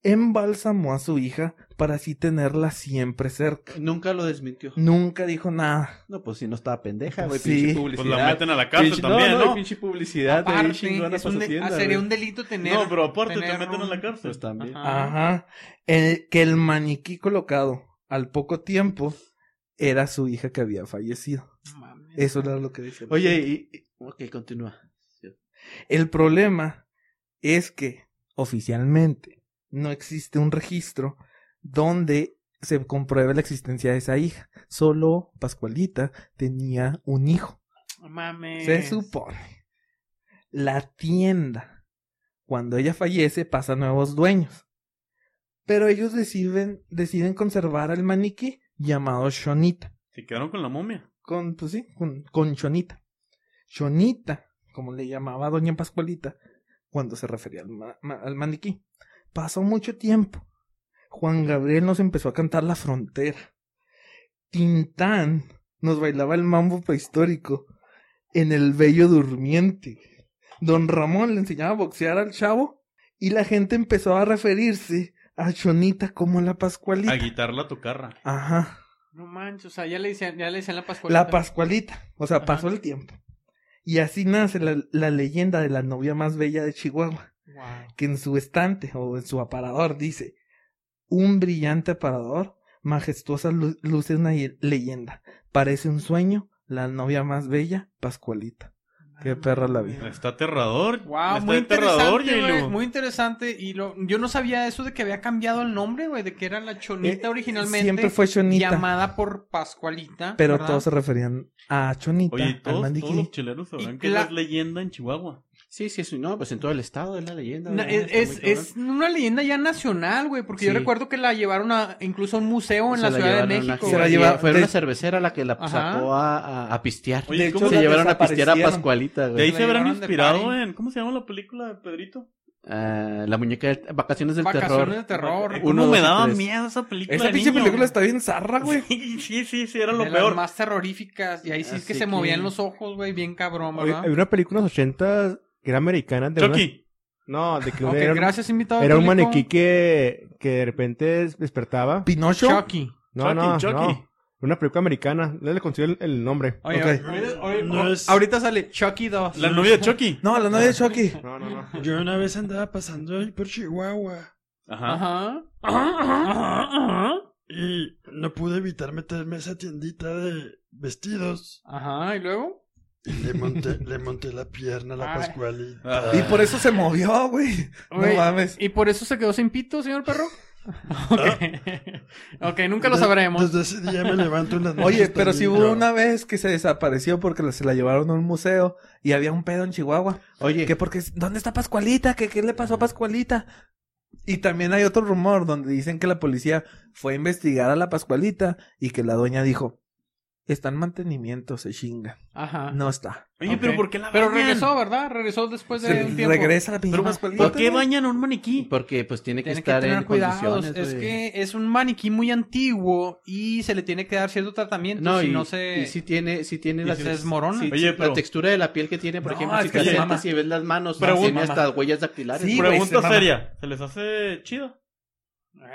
G: embalsamó a su hija para así tenerla siempre cerca.
C: Nunca lo desmintió.
G: Nunca dijo nada.
C: No, pues si no estaba pendeja, güey.
G: Pues sí.
C: pinche
E: Pues
C: publicidad.
E: la meten a la cárcel
C: Pinche-
E: también,
C: no, no,
E: ¿no?
C: pinche publicidad de ahí
B: Aparte,
C: chingona
B: es
C: para
B: un
C: su
B: de-
C: tienda,
B: ah, sería
C: güey.
B: un delito tener.
E: No, pero aparte te
B: tener
E: meten a
B: un-
E: la cárcel.
C: Pues también.
B: Ajá.
G: Ajá. El- que el maniquí colocado al poco tiempo era su hija que había fallecido.
B: No mames.
G: Eso era lo que decía.
C: Oye, y- y... Ok, continúa.
G: el problema es que oficialmente no existe un registro donde se compruebe la existencia de esa hija. Solo Pascualita tenía un hijo.
B: No mames.
G: Se supone. La tienda, cuando ella fallece, pasa a nuevos dueños. Pero ellos deciden, deciden conservar al maniquí llamado Shonita
E: Se quedaron con la momia.
G: con, pues sí, con, con Chonita. Chonita, como le llamaba Doña Pascualita cuando se refería al, ma- ma- al maniquí. Pasó mucho tiempo. Juan Gabriel nos empezó a cantar La Frontera. Tintán nos bailaba el mambo prehistórico en El Bello Durmiente. Don Ramón le enseñaba a boxear al chavo y la gente empezó a referirse a Chonita como la Pascualita.
E: A guitarla tu carra.
G: Ajá.
B: No manches, o sea, ya le decían, ya le decían la Pascualita.
G: La Pascualita. O sea,
B: Ajá.
G: pasó el tiempo. Y así nace la, la leyenda de la novia más bella de Chihuahua,
B: Guau.
G: que en su estante o en su aparador dice, un brillante aparador, majestuosas lu- luces una ye- leyenda. Parece un sueño, la novia más bella, Pascualita. Qué perra la vida.
E: Está aterrador.
B: Wow,
E: Está
B: muy
E: aterrador,
B: interesante, güey,
E: Yelo.
B: muy interesante. Y lo, yo no sabía eso de que había cambiado el nombre, güey, de que era la Chonita
G: Eh,
B: originalmente.
G: Siempre fue Chonita,
B: Llamada por Pascualita.
G: pero
B: ¿verdad?
G: todos se referían a Chonita,
E: Oye,
G: al
E: todos,
G: maniquí.
E: todos los chilenos sabrán
B: Y
E: que
B: la-
E: es leyenda en Chihuahua.
C: Sí, sí, sí. No, pues en todo el estado es la leyenda.
B: Na-
C: ¿verdad?
B: es,
C: Está muy
B: es,
C: cabrón.
B: es una leyenda ya nacional, güey, porque yo
C: Sí.
B: recuerdo que la llevaron a incluso a un museo en
C: Se
B: la, Ciudad de
C: llevaron a una-
B: México.
G: Se la
B: güey.
G: lleva-
C: Fue
G: de-
C: una cervecera la que la
B: Ajá.
C: sacó a, a, a pistear.
E: Oye,
G: De
E: ¿cómo
G: hecho,
C: se
G: la
C: llevaron a pistear a
G: desaparecieron.
C: Pascualita,
E: De
C: güey.
E: ahí
B: La
E: se habrán
B: llevaron de
E: inspirado
B: party.
E: en. ¿Cómo se llama la película de Pedrito?
C: Ah, la muñeca de Vacaciones del
B: Vacaciones
C: Terror.
B: de terror.
E: Eh,
C: Uno,
E: ¿Cómo me
C: dos y
E: daba
C: tres.
E: miedo esa película?
G: Esta
E: de
G: pinche
E: niño?
G: película está bien zarra, güey.
E: Sí, sí, sí, sí, era lo
B: de
E: peor.
B: las más terroríficas. Y ahí sí es que
C: Así
B: se movían
C: que-
B: los ojos, güey, bien cabrón,
D: Oye,
B: ¿verdad?
D: Había una película en los 80 que era americana. De una-
E: Chucky.
D: No, de que
B: Ok,
D: era,
B: gracias, invitado.
D: era un
B: público.
D: maniquí que, que de repente des- despertaba.
G: Pinocho.
B: Chucky.
D: No,
E: Chucky,
D: no,
E: Chucky.
D: no. Una película americana. No le consiguió el, el nombre.
B: Oye,
G: Ok.
B: ahorita- ahorita-
A: No es-
B: ahorita sale Chucky 2.
E: La novia de Chucky.
G: No, la novia de Chucky.
D: No, no, no.
A: Yo una vez andaba pasando ahí por Chihuahua
E: Ajá.
B: Ajá. Ajá, ajá.
A: y no pude evitar meterme a esa tiendita de vestidos.
B: Ajá, y luego.
A: Y le monté, le monté la pierna a la
B: Ay.
A: Pascualita.
G: Y por eso se movió, güey. No
B: Güey,
G: mames.
B: ¿Y por eso se quedó sin pito, señor perro? ok. ok, nunca lo sabremos.
A: Desde ese día me levanto en las noches
G: Oye, pero si
A: también.
G: hubo una vez que se desapareció porque se la llevaron a un museo y había un pedo en Chihuahua.
C: Oye,
G: Que porque, ¿dónde está Pascualita? ¿Qué, qué le pasó a Pascualita? Y también hay otro rumor donde dicen que la policía fue a investigar a la Pascualita y que la doña dijo, está en mantenimiento, se chinga.
B: Ajá.
G: No está.
E: Oye,
B: Ok.
E: pero ¿por qué la
B: Pero
E: bañan?
B: regresó, ¿verdad? Regresó después Pues de
G: Se
B: un tiempo.
G: regresa la pinche
E: Pero,
G: Pascualita.
E: ¿Por qué
G: güey.
E: bañan a un maniquí?
C: porque pues tiene que
B: Tiene que
C: estar
B: tener
C: en
B: cuidados.
C: condiciones.
B: Es
C: güey.
B: que es un maniquí muy antiguo y se le tiene que dar cierto tratamiento.
C: No,
B: pues, si
C: y,
B: no se.
C: y sí tiene, sí tiene
B: y
C: la,
B: se desmorona.
C: sí,
E: Oye,
C: sí,
E: pero-
C: la textura de la piel que tiene, por
G: No,
C: ejemplo,
G: es
C: si
G: que
C: te
E: se
C: sientas
G: mama.
C: y ves las manos,
E: Pregunta-
C: tiene hasta huellas dactilares. güey.
G: Sí, güey,
E: Pregunta
G: se mama.
E: seria. ¿Se les hace chido?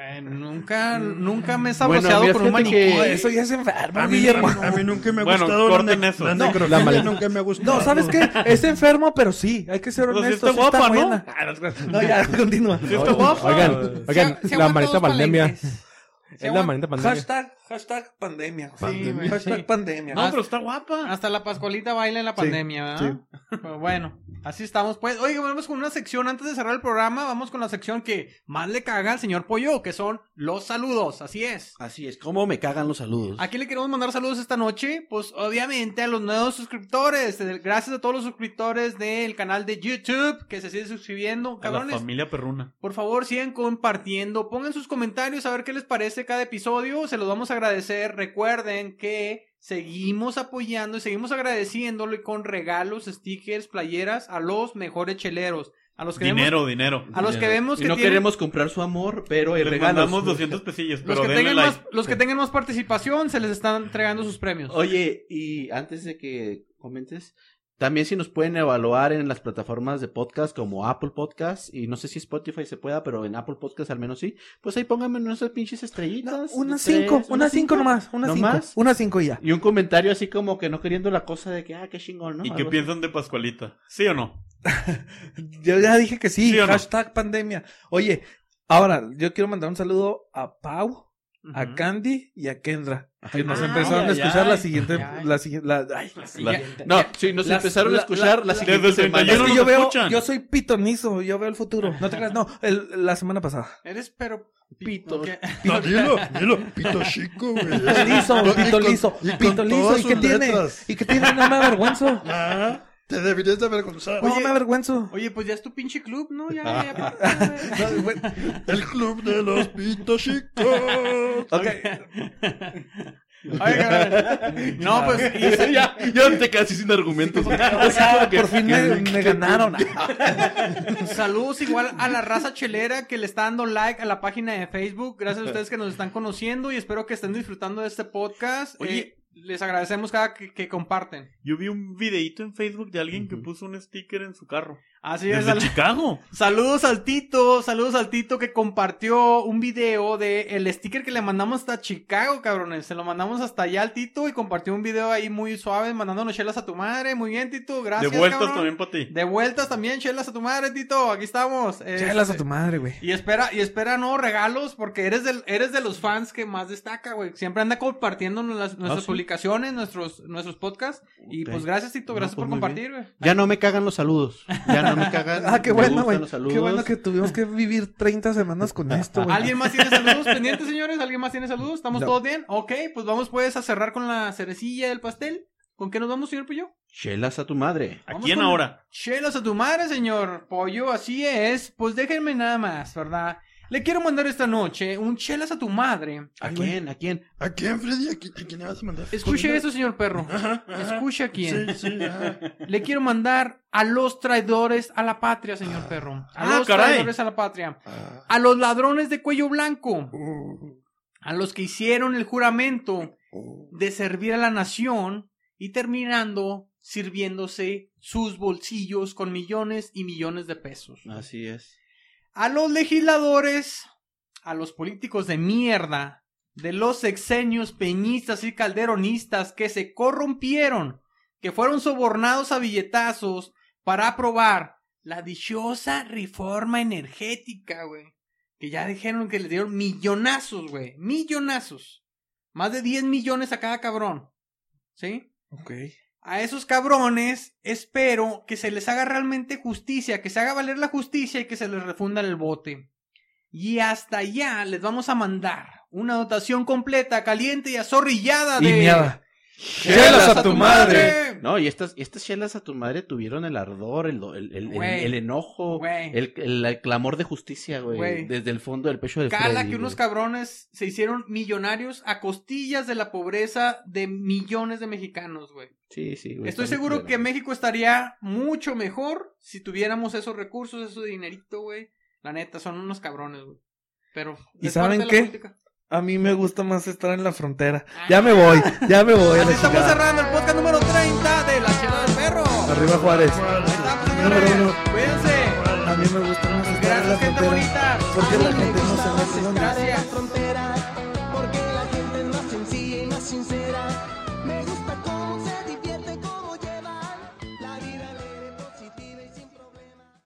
B: Eh, nunca, nunca me he
C: Bueno,
B: saboreado
C: mira,
B: con un
C: fíjate
B: maniquí.
C: que-
B: güey.
G: Eso ya es enfermo,
A: A mí,
G: Guillermo.
A: a mí nunca me ha
E: Bueno,
A: gustado la,
E: corten
A: ne-
E: eso.
A: la
E: No,
A: necrofilia,
D: la male-
A: nunca me ha gustado.
G: No, ¿sabes qué? Es enfermo, pero sí. Hay que ser
E: Pero si está
G: honestos. sí
E: guapa, ¿no?
G: buena.
E: Ah, no,
G: No, ya, continúa.
E: Si está guapa.
D: Oigan, oigan,
B: Se- se
D: la
B: aguantan
D: maldita
B: los
D: pandemia.
B: palenques. Se
D: Es la
B: aguantan-
D: maldita pandemia.
G: Hashtag, hashtag pandemia. güey.
B: Sí, güey,
G: hashtag
B: sí.
G: pandemia.
E: No, pero está guapa.
B: Hasta la Pascualita baila en la pandemia, ¿verdad? Pero bueno, así estamos pues. Oiga, vamos con una sección, antes de cerrar el programa, vamos con la sección que más le caga al señor Pollo, que son los saludos, así es.
C: Así es, ¿cómo me cagan los saludos?
E: pues.
B: ¿A quién le queremos mandar saludos esta noche? Pues obviamente a los nuevos suscriptores. Gracias a todos los suscriptores del canal de YouTube que se sigue suscribiendo.
E: A la
B: Cabrones,
E: familia perruna.
B: por favor sigan compartiendo. Pongan sus comentarios a ver qué les parece cada episodio. Se los vamos a agradecer. Recuerden que seguimos apoyando y seguimos agradeciéndolo y con regalos, stickers, playeras a los mejores cheleros. A los que
E: Dinero, dinero.
B: Vemos, a los que vemos
C: Y
B: que
C: no
B: tienen-
C: queremos comprar su amor, pero el
E: Les
C: regalo.
E: mandamos 200 pesillos,
B: los
E: pero
B: que,
E: denle
B: tengan
E: like.
B: más, los que tengan más participación se les están entregando sus premios.
C: Oye, y antes de que comentes, también si nos pueden evaluar en las plataformas de podcast como Apple Podcast, y no sé si Spotify se pueda, pero en Apple Podcast al menos sí, pues ahí pónganme nuestras pinches estrellitas.
G: Unas
C: tres,
G: cinco, unas cinco nomás.
C: ¿No
G: Unas cinco.
C: más?
G: Unas cinco ya.
C: Y un comentario así como que no queriendo la cosa de que, ah, qué chingón, ¿no?
E: ¿Y qué
C: Algo así.
E: piensan de Pascualita? ¿Sí o no?
G: Yo ya dije que sí,
E: ¿Sí o no?
G: hashtag pandemia. Oye, ahora yo quiero mandar un saludo a Pau, a
B: Ujú.
G: Candy y a Kendra, que nos
B: Ah,
G: empezaron
E: ya,
G: a escuchar
E: ya.
G: la siguiente,
B: Ya.
G: la siguiente, la- ay,
E: La-
C: No, sí, nos
G: Las-
C: empezaron
G: la-
C: a escuchar la,
G: la- la-
C: siguiente
E: Desde el
C: semana.
E: 31
G: Es que
E: no
G: yo
E: te
G: veo,
E: escuchan.
G: yo soy pitonizo, yo veo el futuro. No te creas, no, el- la semana pasada.
B: Eres pero
C: Pito.
B: ¿Qué?
A: No, dilo, dilo, pito chico, güey.
G: Pito liso,
A: Y con-
G: pito liso,
A: y con
G: pito liso,
A: todas
G: ¿y qué
A: sus
G: tiene?
A: letras.
G: ¿Y qué tiene? No me avergüenzo.
A: Ah, te deberías de avergonzar.
G: No me avergüenzo.
B: Oye, pues ya es tu pinche club, ¿no? Ya, ya, ya.
G: No, güey.
A: El club de los pitos chicos.
B: Oye, cabrón. No, pues. y-
C: ya, ya te casi sin argumentos. güey. Así como que-
G: Por fin me, me ganaron.
B: Saludos igual a la raza chelera que le está dando like a la página de Facebook. Gracias a ustedes que nos están conociendo y espero que estén disfrutando de este podcast.
E: Oye.
B: Eh, les agradecemos cada que, que comparten.
E: Yo vi un videito en Facebook de alguien que puso un sticker en su carro.
B: Así es. sal-
E: Desde Chicago.
B: Saludos al Tito, saludos al Tito que compartió un video de el sticker que le mandamos hasta Chicago, cabrones. Se lo mandamos hasta allá al Tito y compartió un video ahí muy suave mandándonos chelas a tu madre. Muy bien, Tito, gracias.
E: de vueltas
B: cabrón.
E: también para ti.
B: De vueltas también, chelas a tu madre, Tito. Aquí estamos.
G: Chelas a
B: Este,
G: tu madre, güey.
B: Y espera, y espera nuevos regalos porque eres del, eres de los fans que más destaca, güey. Siempre anda compartiendo las- nuestras
C: Ah, sí.
B: publicaciones, nuestros, nuestros podcasts. Y
C: Ok.
B: pues gracias, Tito,
C: No,
B: gracias
C: pues,
B: por
C: muy
B: compartir, güey.
C: Ya no me cagan los saludos. Ya no me cagan.
G: Ah, qué
C: me
G: bueno,
C: gustan
G: güey.
C: los saludos.
G: Qué bueno que tuvimos que vivir 30 semanas con esto, güey.
B: ¿Alguien más tiene saludos pendientes, señores? ¿Alguien más tiene saludos? ¿Estamos
G: No.
B: todos bien? Ok, pues vamos pues a cerrar con la cerecilla del pastel. ¿Con qué nos vamos, señor Pollo?
C: Chelas a tu madre.
E: ¿A
B: Vamos
E: quién
B: con-
E: ahora?
B: Chelos a tu madre, señor Pollo, así es. Pues déjenme nada más, ¿verdad? Le quiero mandar esta noche un chelas a tu madre.
C: ¿A quién? ¿A quién?
A: ¿A quién, Freddy? ¿A quién, a quién le vas a mandar?
B: Escuche eso, señor perro.
A: Ajá, ajá.
B: Escuche a quién.
A: Sí, sí, ajá.
B: Le quiero mandar a los traidores a la patria, señor perro. A
E: Ah,
B: los
E: caray.
B: traidores a la patria.
A: Ah,
B: A los ladrones de cuello blanco.
A: uh,
B: A los que hicieron el juramento
A: uh.
B: de servir a la nación y terminando sirviéndose sus bolsillos con millones y millones de pesos.
G: Ah.
C: Así es.
B: A los legisladores, a los políticos de mierda, de los sexenios peñistas y calderonistas que se corrompieron, que fueron sobornados a billetazos para aprobar la dichosa reforma energética, güey. Que ya dijeron que les dieron millonazos, güey. Millonazos. Más de 10 millones a cada cabrón. ¿Sí?
G: Ok.
B: a esos cabrones, espero que se les haga realmente justicia, que se haga valer la justicia y que se les refunda el bote. Y hasta allá les vamos a mandar una dotación completa, caliente y azorrillada de...
G: Y miada.
B: ¡Chelas a tu madre!
C: No, y estas, estas chelas a tu madre tuvieron el ardor, el, do- el, el- el-
B: Güey.
C: el enojo,
B: Güey.
C: el, el- el clamor de justicia,
B: Güey.
C: güey. Desde el fondo del pecho del
B: Cala
C: Freddy,
B: que unos
C: güey.
B: cabrones se hicieron millonarios a costillas de la pobreza de millones de mexicanos, güey.
C: Sí, sí,
G: Pues,
C: güey.
B: Estoy
C: está muy
B: seguro
C: culero.
B: que México estaría mucho mejor si tuviéramos esos recursos, ese dinerito, güey. La neta, son unos cabrones, güey. Pero...
G: ¿Y
B: es parte
G: saben
B: de la
G: qué?
B: política.
G: A mí me gusta más estar en la frontera. Ya me voy, ya me voy. a
B: Así
G: la
B: estamos
G: chingada.
B: cerrando el podcast número 30 de La Chela del Perro.
G: Arriba Juárez.
B: Ahí estamos,
G: Número
B: señores.
G: uno.
B: Cuídense.
G: A mí me gusta más estar en la
B: Gracias, gente
G: frontera.
B: bonita.
G: Porque la gente no se mete.